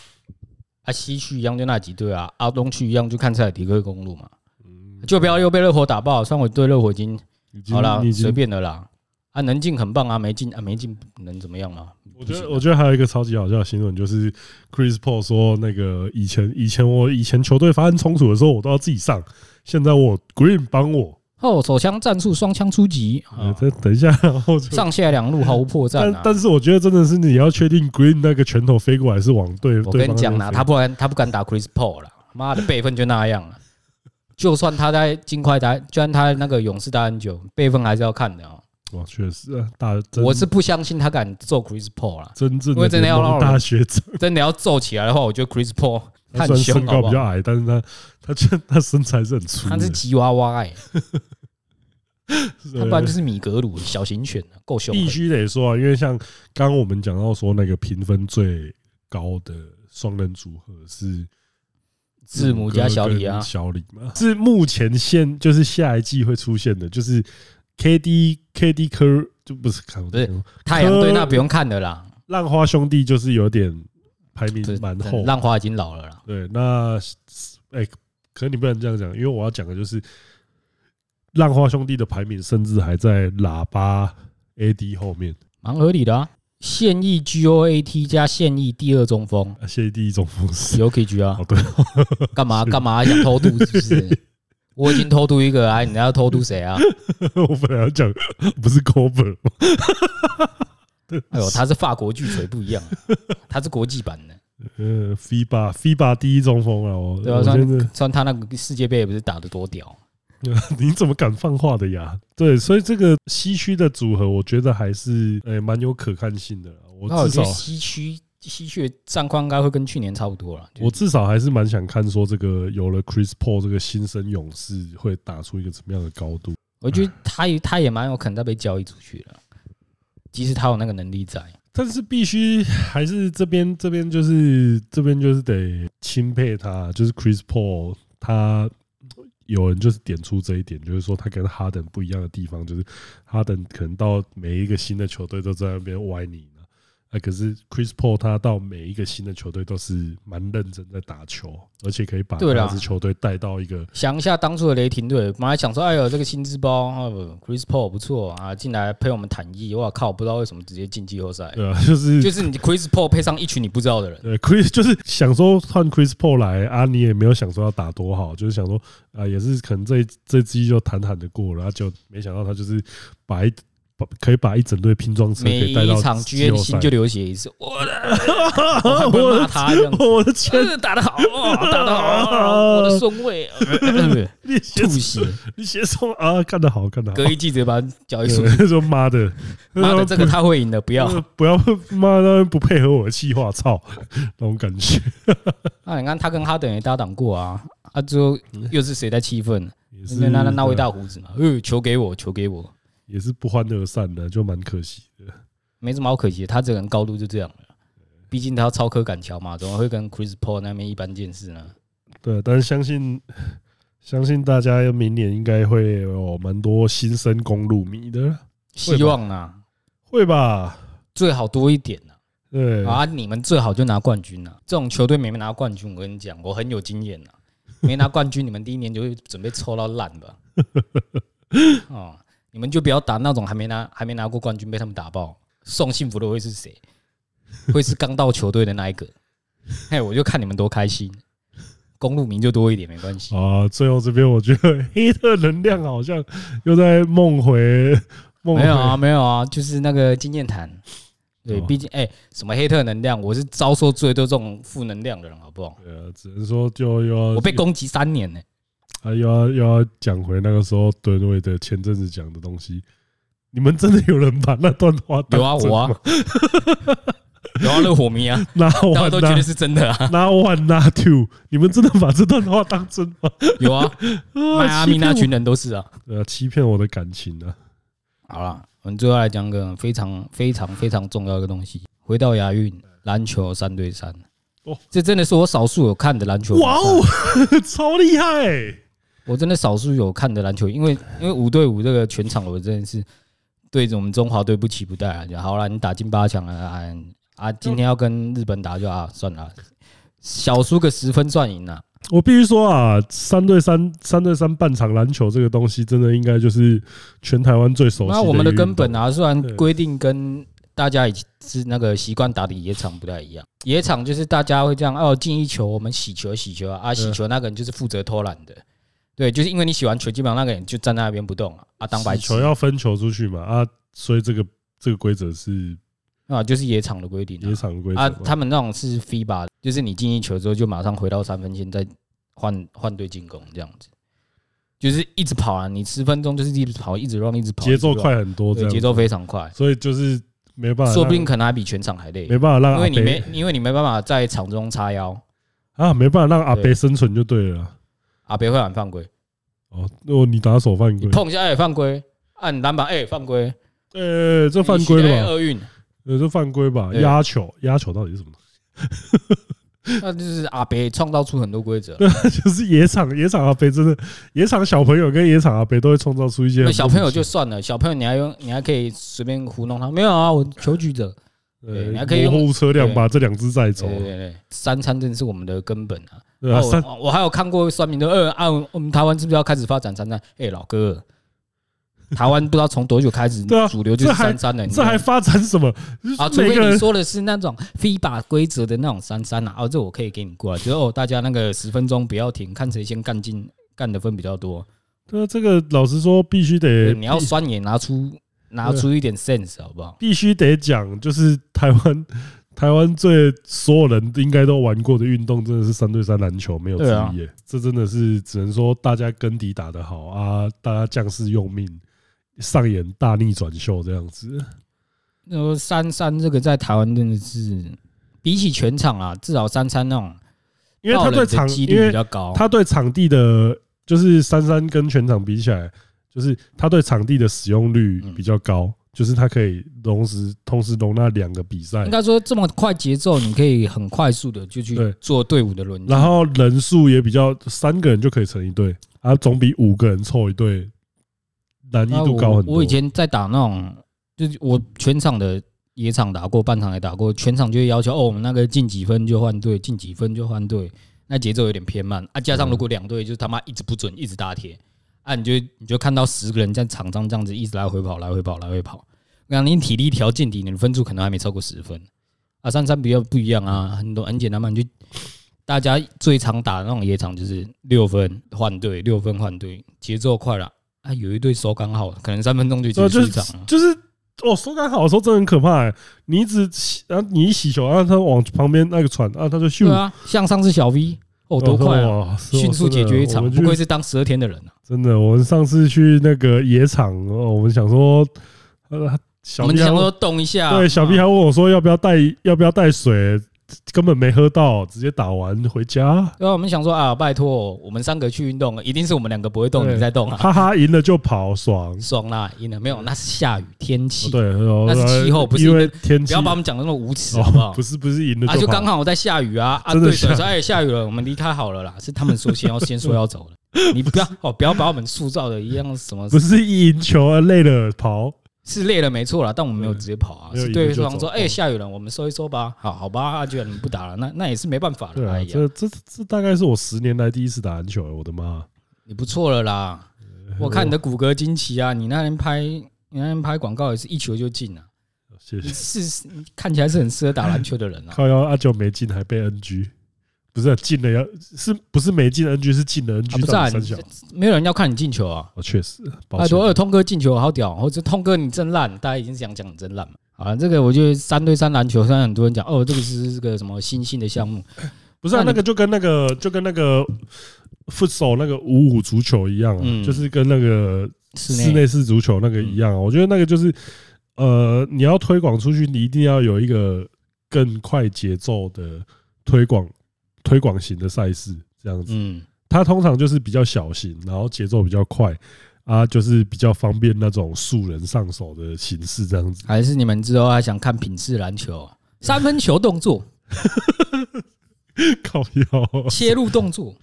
啊，西区一样就那几队啊，啊东区一样就看塞尔提克公路嘛，
嗯
就不要又被热火打爆。虽然我对热火已经
已经
好啦
你，已经
随便的啦。啊，能进很棒啊，没进啊，没进能怎么样嘛？
我觉得，
不行啊
我觉得还有一个超级好笑的新闻，就是 Chris Paul 说，那个以前以前我以前球队发生冲突的时候，我都要自己上，现在我 Green 帮我。
哦，手枪战术双枪出击，
呃
啊
再等一下， (laughs) 然后就
(laughs) 上下两路毫无破绽
但
啊！
但是我觉得真的是你要确定 Green 那个拳头飞过来是往对，
我
对
跟你
方那
讲
边
啦，
飞
他不敢，他不敢打 Chris Paul 了，妈的辈分就那样了。就算他在金块打，就算他那个勇士打很久，辈分还是要看的哦。
哇，确实啊，大真
我是不相信他敢揍 Chris
(laughs)
Paul 啦，
真正
因为真的要
联盟
让人
大学长，
真的要揍起来的话，我觉得 Chris Paul 他
他
很
虽然
凶，
身
好
高
不
比较
好？
矮，但是他他这 (laughs) 他身材是很粗
他
的
是，吉娃娃哎，
对
他不然就是米格鲁小型犬啊，够凶狠。
必须得说啊，因为像刚刚我们讲到说那个评分最高的双人组合是
字母加小李啊
跟小李嘛，是目前现就是下一季会出现的，就是 K D K D 科就不是看我
不是太阳队那不用看的啦，
浪花兄弟就是有点排名
这
蛮后，
浪花已经老了啦。
对，那哎、可你不能这样讲，因为我要讲的就是浪花兄弟的排名，甚至还在喇叭 AD 后面。
蛮合理的啊。现役 GOAT 加现役第二中锋
啊，谢谢第一种方式。
有 k g 啊
哦，，对， (laughs)
干嘛干嘛想偷渡是不是？我已经偷渡一个啊，你还要偷渡谁啊？
我本来要讲不是 cover，吗
哎呦，他是法国巨锤不一
(laughs)
样啊、他是国际版的，
呃，FIBA FIBA 第一中锋了，我
嗯对啊吧、
我
虽
真
然 (laughs)
的，
虽然他那个世界杯也不是打得多屌，
你怎么敢放话的呀？对，所以这个西区的组合，我觉得还是呃蛮有可看性的啦。
那
我
我
至
觉
少
得西区西区的战况应该会跟去年差不多了。
我至少还是蛮想看说这个有了 Chris Paul 这个新生勇士会打出一个怎么样的高度。
我觉得他也他也蛮有可能再被交易出去了，即使他有那个能力在。
但是必须还是这边这边就是这边就是得钦佩他，就是 Chris Paul，他有人就是点出这一点，就是说他跟哈登不一样的地方，就是哈登可能到每一个新的球队都在那边歪你呢，啊，可是 Chris Paul 他到每一个新的球队都是蛮认真在打球，而且可以把
对啦
那支球队带到一个
想一下当初的雷霆队，本来想说，哎呦，这个薪资包、哦、，Chris Paul 不错啊，进来陪我们坦一，哇靠，不知道为什么直接进季后赛，
对啊，就是
就是你 Chris Paul 配上一群你不知道
(laughs)
的人，
对，Chris 就是想说换 Chris Paul 来啊，你也没有想说要打多好，就是想说啊，也是可能这一这季就坦坦的过了，然后啊就没想到他就是把一 (laughs) 把可以把一整队拼装车
每
给带
一
到
场
季
GN
后
心
(laughs) 赛。
就流血一次，我
我的，
我还不会骂他这样子
我的天，
(laughs) 呃打得好，哇打得好，我的顺位，
(laughs)
呃
你写
吐血，
你写什么啊？干得好，干得好
隔！一季直接把他交易出去，
(laughs) 对啊 (laughs) 说妈的，
(laughs)
(laughs)
妈的，这个他会赢的，不要。
不要 (laughs) 妈的不配合我的计划，操那种感觉
那啊你看他跟哈登也搭档过啊，啊，最后又是谁在气愤？
也是
那那那那位大胡子嘛，呃，球给我，球给我。
也是不欢而散的，就蛮可惜的。
没什么好可惜的，他这个人高度就这样了。毕竟他超科赶桥嘛，怎么会跟 Chris Paul 那边一般见识呢？
对，但是相信 (laughs) 相信大家明年应该会有蛮多新生公路迷的啦，会吧
希望啊，
会吧？
最好多一点啊！
对，
啊，你们最好就拿冠军啊！这种球队没拿冠军，我跟你讲，我很有经验啊。没拿冠军，你们第一年就会准备抽到烂
(laughs)
吧？哦，你们就不要打那种还没拿还没拿过冠军被他们打爆，送幸福的会是谁？会是刚到球队的那
(laughs)
一个？嘿，我就看你们多开心，公路名就多一点没关系。
啊，最后这边我觉得黑的能量好像又在梦回 (laughs) 梦回
没有啊，没有啊，就是那个经验谈。对，
哦
毕竟哎、什么黑特能量，我是遭受最多这种负能量的人，好不好？
对啊，只能说就又要
我被攻击三年呢、
啊，又要又要讲回那个时候吨位的前阵子讲的东西。你们真的有人把那段话 (laughs)
有啊，
当真
我啊
吗，
有啊，热火迷啊，
拿
大家
(laughs) 完
都觉
拿
得是真的啊，
拿 one 拿 two，你们真的把这段话当真吗？(laughs)
有啊，
啊
迈阿密那
欺骗
群人都是啊。
我呃欺骗我的感情啊！
好了，我们最后来讲个非常非常非常重要的东西，回到亚运篮球三对三
哦。
这真的是我少数有看的篮球比赛，
哇哦， (laughs) 超厉害欸！
我真的少数有看的篮球，因为因为五对五这个全场，我真的是对着我们中华队不期不待啊！就好了，你打进八强了啊啊！今天要跟日本打就啊，算了啊，小输个十分算赢了。
我必须说啊，三对三、三对三半场篮球这个东西，真的应该就是全台湾最熟悉
那我们
的
的
一个
根本
运动
啊，虽然
对
规定跟大家已经是那个习惯打的野场不太一样，野场就是大家会这样哦，进一球我们洗球洗球啊，啊洗球那个人就是负责偷懒的，对，就是因为你洗完球，基本上那个人就站在那边不动啊，啊当白
死球
痴
要分球出去嘛啊，所以这个这个规则是
啊，就是野场的规定啊
野场规则
啊
嘛，
他们那种是 FIBA，就是你进一球之后就马上回到三分线，再换换队进攻这样子。就是一直跑啊，你十分钟就是一直跑，一直 run，一直跑，
节奏
一直 run，
快很多，这
啊对，
样
节奏非常快，
所以就是没办法让，
说不定可能还比全场还累。
没办法让
因
啊阿
为你没
北，
因为你没办法在场中叉腰，
啊，没办法让阿
对
北生存就对了啊。
阿北会喊犯规，
哦，哦，你打手犯
你
规，
碰一下哎、犯规，按篮板哎、犯规，
呃，这犯规
你去哎
了吧？
厄运，
呃，这犯规吧？
对
压球，压球到底是什么？
那就是阿北创造出很多规
啊
则，
就是野场，野场阿北真的，野场小朋友跟野场阿北都会创造出一些
那
很
小朋友就
莫
算了，小朋友你还用你还可以随便糊弄他，没有啊，我求举者，
哦名
对你
其
还
妙
可以
呃
用
模糊车辆把这两只载走
对，对对对，三餐真的是我们的根本啊。
对
啊
啊，三
我我还有看过算命的，呃啊，我们台湾是不是要开始发展三餐？哎，老哥。台湾不知道从多久开始
对啊，
主流就是
这还
三三了。你
这还发展什么？
啊，除
每
非
个
你
人
说的是那种非法规则的那种三三啊，哦，这我可以给你过来，就是哦，大家那个十分钟不要停，看谁先干进干的分比较多。
对啊，这个老实说，必须
对
得
你要酸也拿出拿出一点 sense 好不好？
必须得讲，就是台湾台湾最所有人应该都玩过的运动，真的是三对三篮球，没有之
对啊
一耶。这真的是只能说大家根底打得好啊，大家将士用命，上演大逆转秀这样子。
那么三三这个在台湾真的是比起全场啊，至少三三那种
因为
爆
他对
冷的
场，
几
因
率
为
比较高。
他对场地的，就是三三跟全场比起来，就是他对场地的使用率比较
嗯
高，就是他可以同时同时容纳两个比赛
应，该说这么快节奏，你可以很快速的就去
对
做队伍的轮替
然后人数也比较，三个人就可以成一队，啊，总比五个人凑一队难易
那
度高很多。
我。我以前在打那种，就是我全场的野场打过，半场也打过，全场就会要求哦，我们那个进几分就换队，进几分就换队，那节奏有点偏慢啊。加上如果两队就是他妈一直不准，一直打铁啊，你就你就看到十个人在场上这样子一直来回跑，来回跑，来回跑。那你体力条件底，你的分数可能还没超过十分啊。三三比较不一样啊，很多很简单嘛，你就大家最常打的那种野场就是六分换队，六分换队，节奏快了啊，有一队手感好，可能三分钟就
对啊，
结
就
束一
是
场了。
就是，哦，手感好的时候真的很可怕、欸。你一直洗，然后你一洗球，然后啊他往旁边那个传，啊，他就
对
咻，
啊，像上次小 V 哦多快啊，
啊！
迅速解决一场，不
不
愧是当十二天的人啊。
真的，我们上次去那个野场，哦我们想说，呃，
我
小
们
毕
想
还
说动一下，啊
对小 B 还问我说要不要带要不要带水，根本没喝到，直接打完回家，
对啊，我们想说啊，拜托，我们三个去运动，一定是我们两个不会动，
对
你在动啊，
哈哈，赢了就跑，爽。
爽啦，赢了没有？那是下雨天气，
哦对，那
那是气候不是
因为
因
天
不
气，
要把我们讲得那么无耻，
哦
好不好？
不是不是赢了
啊，就
跑
刚好在下雨啊啊！
真
对
的
对，
下雨
说哎下雨了，我们离开好了啦。是他们说先要先说要走了，
(laughs)
你不要哦，不要把我们塑造的一样什么
不是一赢球啊，累了跑，
是累了没错啦，但我们没有直接跑啊，
没有
是
一路就
对方
走
说
嗯
哎下雨了，我们收一收吧。好好吧，啊既然你们不打了，那那也是没办法
对
了。哎
啊，
呀，
这这这大概是我十年来第一次打篮球，我的妈！
你不错了啦，
哎
我看你的骨骼惊奇啊，你那天拍你那天拍广告也是一球就进啊，
谢
你
谢。
是你看起来是很适合打篮球的
(laughs)
人啊。
靠腰阿九没进还被 NG，不是啊进了要是不是没进 NG 是进了
啊
NG
不是啊
到底三小
你，没有人要看你进球啊。
哦确实，抱
拜托，二
歉，
通哥进球好屌，或者通哥你真烂，大家已经想讲你真烂嘛。好了，这个我觉得三对三篮球，虽然很多人讲哦，这个是这个什么新兴的项目，
不是啊
那你
那个就跟那个就跟那个 football 那个五五足球一样啊，
嗯
就是跟那个室
室内嗯
内式足球那个一样啊，我觉得那个就是呃，你要推广出去，你一定要有一个更快节奏的推广推广型的赛事这样子。
嗯，
它通常就是比较小型，然后节奏比较快啊，就是比较方便那种素人上手的形式这样子。 (laughs)
还是你们之后还想看品质篮球，三分球动作、
靠腰， (laughs)
切入动作、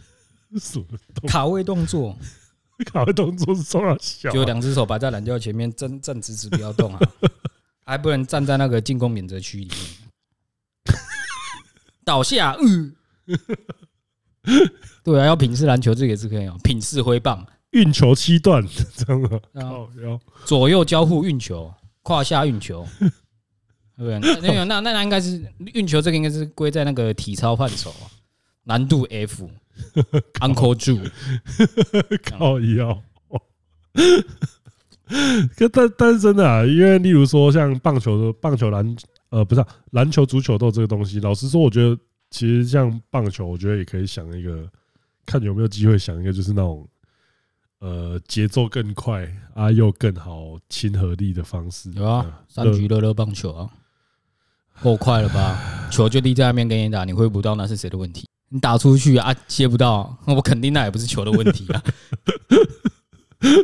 什么动
卡位动作，
卡的动作是多少小啊、
就两只手摆在篮球前面，正正直直不要动啊，还不能站在那个进攻免责区里面，倒下，嗯，对啊，要品质篮球这个也是可以哦，品质挥棒。
运球七段 (laughs) 这样啊？
啊
靠腰，
左右交互运球、胯下运球， (laughs) 对不对？那没有，那那那应该是运球，这个应该是归在那个体操范畴啊，难度 (laughs) F。Uncle Drew，
靠腰。 (laughs) 可但但是真的啊，因为例如说像棒球的棒球篮呃不是啊篮、球足球都有这个东西，老实说，我觉得其实像棒球，我觉得也可以想一个，看有没有机会想一个，就是那种呃节奏更快啊又更好亲和力的方式。
有 (laughs) 啊，三局乐乐棒球啊，够快了吧？球就立在那边给你打，你挥不到那是谁的问题？你打出去啊，接不到，我肯定那也不是球的问 (laughs) 题啊。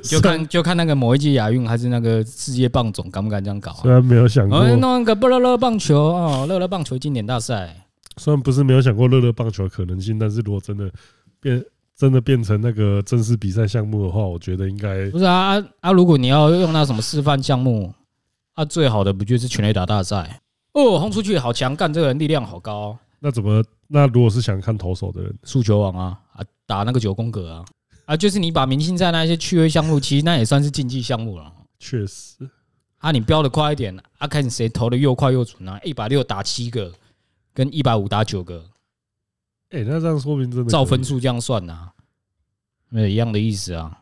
就看就看那个某一届亚运还是那个世界棒总敢不敢这样搞啊
虽？然没有想
我
过，
们弄一个不乐乐棒球哦，乐乐棒球经典大赛，
虽然不是没有想过乐乐棒球的可能性，但是如果真的变真的变成那个正式比赛项目的话，我觉得应该
不是啊啊啊！如果你要用那什么示范项目，啊，最好的不就是全垒打大赛？哦，轰出去好强，干这个人力量好高哦、
那怎么那如果是想看投手的人，
速球王啊啊，打那个九宫格啊啊，就是你把明星赛那些趣味项目，其实那也算是竞技项目了。
确实
啊，你标的快一点啊，看谁投的又快又准啊！一百六打七个，跟一百五打九个，
哎、那这样说明真的
照
可以
分，数这样算啊，没有一样的意思啊。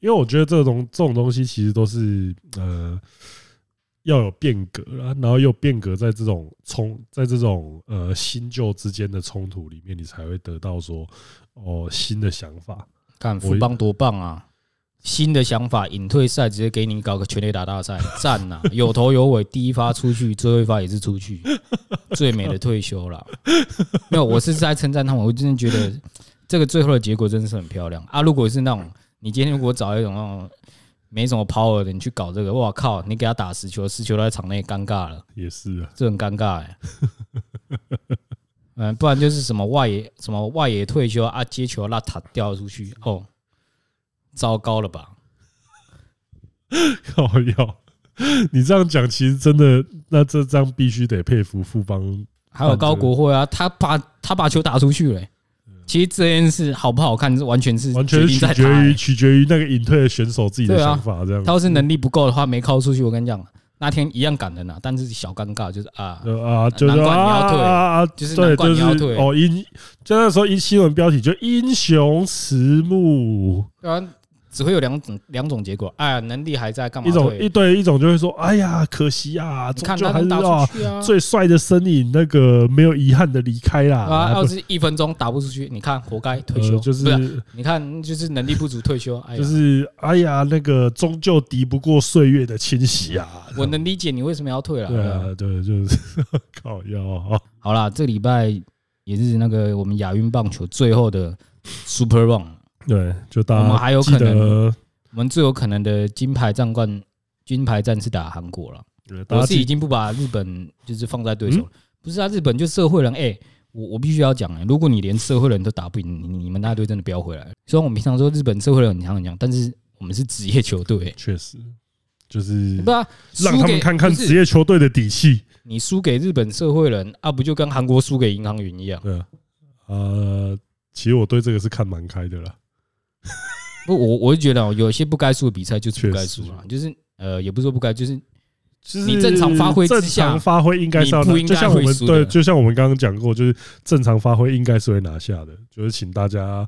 因为我觉得这种这种东西其实都是呃要有变革啊，然后又变革在这种冲在这种呃新旧之间的冲突里面，你才会得到说哦新的想法。
看富邦多棒啊！新的想法，隐退赛直接给你搞个全垒打大赛，赞呐、有头有尾，第一发出去，最后一发也是出去，最美的退休了。没有，我是在称赞他们，我真的觉得这个最后的结果真的是很漂亮啊！如果是那种你今天如果找一种那种没什么 power 的，你去搞这个，哇靠，你给他打十球，十球都在场内尴尬了。
也是啊， (laughs)
这很尴尬哎、 (laughs) 嗯，不然就是什么外野什么外野退休啊，接球拉塔掉出去哦，糟糕了吧？
靠腰，你这样讲其实真的，那这张必须得佩服富邦
还有高国辉啊，他把他把球打出去了欸、其实这件事好不好看，完全是
嗯完全
决定
取
在
决
他欸
于取决于那个隐退的选手自己的
对啊
想法，这样。
他要是能力不够的话，没靠出去，我跟你讲，那天一样感人啊，但是小尴尬就是啊，
呃啊，就是啊
难怪你要退
啊啊啊
就是
对，
难怪
就
你要
是
退
哦，英，就那时候一新闻标题就“英雄迟暮
对啊，只会有两种两种结果。哎呀，能力还在干嘛
一
退？
种一对一种就会说，哎呀，可惜啊，
你
终
看
究
他
还是
能打
啊
出去啊！
最帅的身影，那个没有遗憾的离开啦。
啊，要
不
是一分钟打不出去，你看活该退
呃
休，
就
不啊
是
你看就是能力不足退
(laughs)
休。哎呀，
就是，哎呀，那个终究敌不过岁月的侵袭啊。
我能理解你为什么要退了。哎
对啊，对，就是 (laughs) 靠腰啊，
好啦，这礼拜也是那个我们亚运棒球最后的 Super Run，
对，就大
我
家
们还有
记
可能
得，
我们最有可能的金牌战冠金牌战是打韩国了。
对大
我
家嗯
是已
记
经不把日本就是放在对手了，不是啊，日本就社会人，哎、我我必须要讲哎、如果你连社会人都打不赢，你你们那队真的不要回来了。虽然我们平常说日本社会人很强很强，但是我们是职业球队、欸，
确实就是
不是啊，
让他们看看职
业，
业球队的底气。
你输给日本社会人啊，不就跟韩国输给银行员一样？
对啊，呃，其实我对这个是看蛮开的啦。
(laughs) 不，我我就觉得哦有些不该输的比赛就是不该
确实
输了，就是呃，也不是说不该，就是
就是
你正常发挥之
正
下
常发挥应该是要
你不
拿，
应
就
该
像我
会
们
输的
对，就像我们刚刚讲过，就是正常发挥应该是会拿下的。就是请大家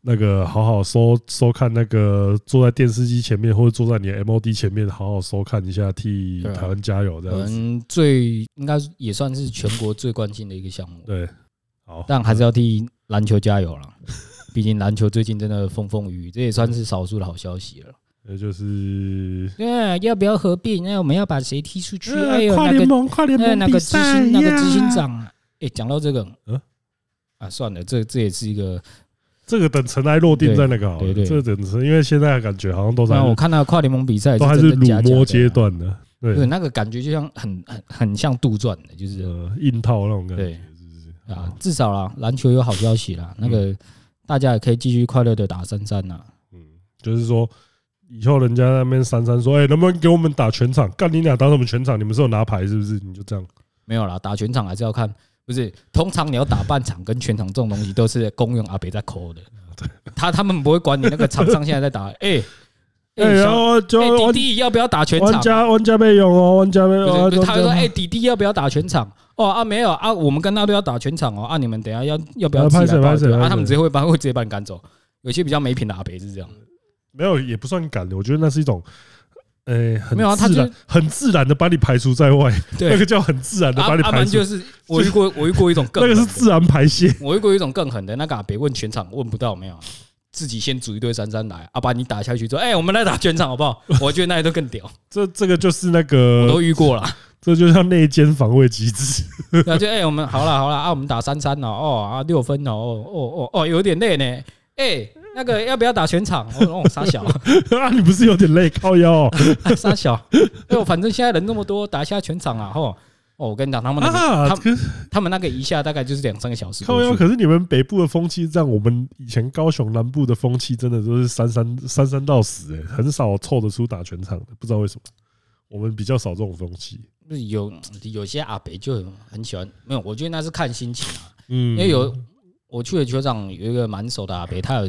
那个好好收收看那个坐在电视机前面或者坐在你的 MOD 前面，好好收看一下，替
对啊
台湾加油这
我
样子。
们最应该也算是全国最关心的一个项目。
对，好，
但还是要替篮球加油了。 (laughs) 毕竟篮球最近真的风风雨雨，这也算是少数的好消息了。
那就是
对、啊要不要合并？那我们要把谁踢出去？哎呦，
跨
那
联
个
盟，跨联
那
盟
那
比
个执
赛
行那个
呀
执行，长啊，哎，讲到这个
嗯，
啊，算了，这这也是一个。
这个等尘埃落定再那个好
对
了。
对
这个等尘，因为现在感觉好像都在
那我看那个跨联盟比赛，
都还是
是真
辱
真假假的啊
没阶，段的，
对，
对，
那个感觉就像很很很像杜撰的，就是
呃，硬套那种感觉
对。
嗯
啊，至少啦，篮球有好消息啦，那个大家也可以继续快乐的打三三啦。
嗯，就是说以后人家在那边三三说，哎、能不能给我们打全场？干你俩打什么全场？你们是有拿牌是不是？你就这样，
没有啦，打全场还是要看，不是通常你要打半场跟全场这种东西都是公用阿北在抠
(laughs)
的，他他们不会管你那个场上现在在打，哎
(laughs) 哎、
哎
然
小
后就
哎弟
玩
弟要不要打全场啊
玩？家玩家备用哦，玩家备用
不
哦，
是，他会说：“
玩家
哎，弟弟要不要打全场？哦啊，没有啊，我们跟那队要打全场哦啊，你们等一下要要不要
啊
自
拍
己
手
来报
拍手
队
拍
啊？
手
他们直接会把会直接把你赶走。有些比较没品的阿北是这样，
没有也不算赶的，我觉得那是一种。哎、很
没有啊啊他
自
就
然，很自然的把你排除在外，那
对
个，叫很自然的
阿
(laughs) 把你
阿
排
蛮
除
啊就，是我遇过 (laughs) 我遇过一种更
那个是
狠的
自然排泄。
我遇过一种更狠的，那个阿北问全场问不到没有，自己先组一堆三三来，阿、啊、把你打下去说，哎、我们来打全场好不 (laughs) 好？我觉得那一队更
(laughs)
屌，
这这个就是那
我都
个，
遇过了。
这就叫内奸防卫机制。
那就哎、我们好了好了啊，我们打三三了哦啊六分哦哦哦哦哦，有点累呢，哎、那个要不要打全场？我说哦，傻
(laughs)
小，
啊，你不是有点累，靠腰、哦、
(laughs) 傻小。哎、我反正现在人那么多，打一下全场啊，吼！哦，我跟你讲，他们那个、
啊？
他
可是
他们那个一下大概就是两三个小时过
靠腰，
去。
可是你们北部的风气是这样，我们以前高雄南部的风气真的都是三三三三到死、欸，很少凑得出打全场的，不知道为什么，我们比较少这种风气。
就是有有些阿北就很很喜欢，没有，我觉得那是看心情啊。
嗯
因为有我去的球场有一个蛮熟的阿北，他有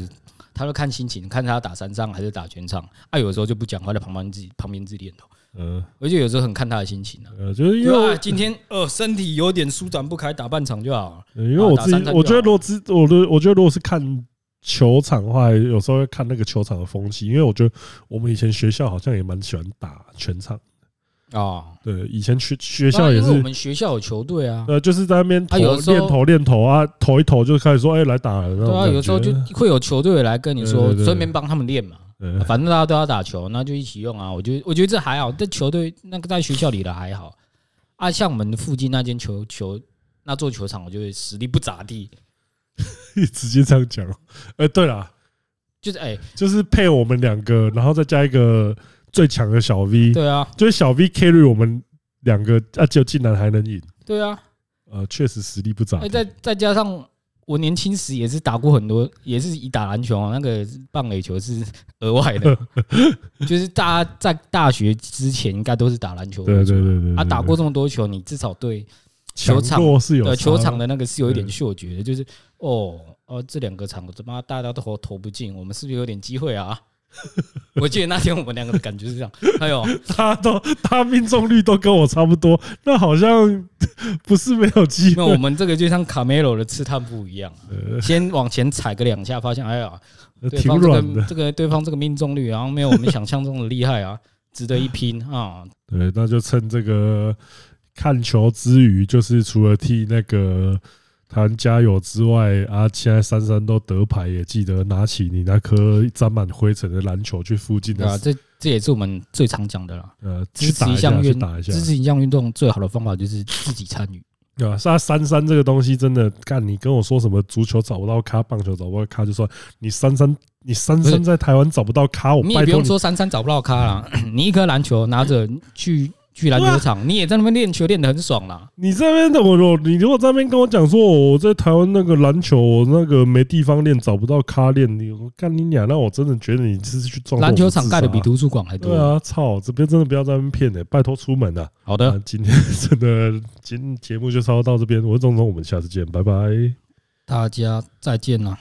他就看心情，看他打三上还是打全场。啊，有时候就不讲话，在旁边自己旁边自己练头，
呃
而且有时候很看他的心情啊。
呃，就是因
因
为
为、
我
啊、今天呃身体有点舒展不开，打半场就好了。
呃因为我自
啊打三
己，
三
我觉得
就
如果只我的我觉得如果是看球场的话，有时候会看那个球场的风气，因为我觉得我们以前学校好像也蛮喜欢打全场，
哦，
对，以前学学校也
啊因为我
是。
们学校有球队啊，
呃，就是在那边投
啊有的时候
练投练投啊，投一投就开始说，哎，来打了那
对
种
啊，
感
有时候
(laughs) 觉
就会有球队来跟你
对
说
对，对
顺便帮他们练嘛。
呃
反正大家都要打球，那就一起用啊。我觉得我觉得这还好，这球队那个在学校里的还好啊。像我们附近那间球球那座球场，我觉得实力不咋地，
直接这样讲。哎，对啦，
就是哎、
就是配我们两个，然后再加一个最强的小 V，
对啊，
就是小 V carry 我们两个，啊，就竟然还能赢，
对啊，
呃，确实实力不咋
哎、
地。
再再加上我年轻时也是打过很多，也是以打篮球啊，那个棒垒球是额
(laughs)
外的，就是大家在大学之前应该都是打篮球为
对
主
对对对，
啊，
对
打过
对
这么多球，你至少对
强
球场
弱是有
对
差
呃球场，的那个是有一点
嗯
嗅觉的，就是哦哦，这两个场他妈大家都投投不进，我们是不是有点机会啊？ (laughs) 我记得那天我们两个的感觉
(laughs)
是这样，哎呦，
他都他命中率都跟我差不多，那好像 (laughs) 不是没有机
那
会呃
我。们这个就像卡梅罗的刺探步一样
(laughs)
啊、先往前踩个两下，发现哎呀，对
挺
方这
软
个
的。
这个对方这个命中率，然啊后没有我们想象中的厉害啊， (laughs) 值得一拼啊！
对，那就趁这个看球之余，就是除了替那个台湾加油之外，啊，现在珊珊都得牌，也记得拿起你那颗沾满灰尘的篮球去附近
对啊，
的
这这也是我们最常讲的啦。
呃，
支
去
持
打
一
一下，
项
去
运
打一下，
支持一项运动最好的方法就是自己参与。
对吧、啊？那三三这个东西真的，干你跟我说什么足球找不到咖，棒球找不到咖，就算你三三，你三
不
三
是
在台湾找不到咖，我
你
哦拜
也不
托
用
你，
说三三找不到咖啦， (clears throat) 你一颗篮球拿着去去篮
啊
球场，你也在那边练球练得很爽啦。
你这边的我我，你如果在那边跟我讲说我在台湾那个篮球，我那个没地方练，找不到咖练，你我干你俩，那我真的觉得你是去撞
篮球场
自
盖
杀
的比图书馆还
对
多。
啊，操！这边真的不要在那边骗的，欸拜托出门啊！
好
那
的，
今天 (laughs) 真的今天节目就稍到这边，我是钟总，我们下次见，拜拜。
大家再见啦。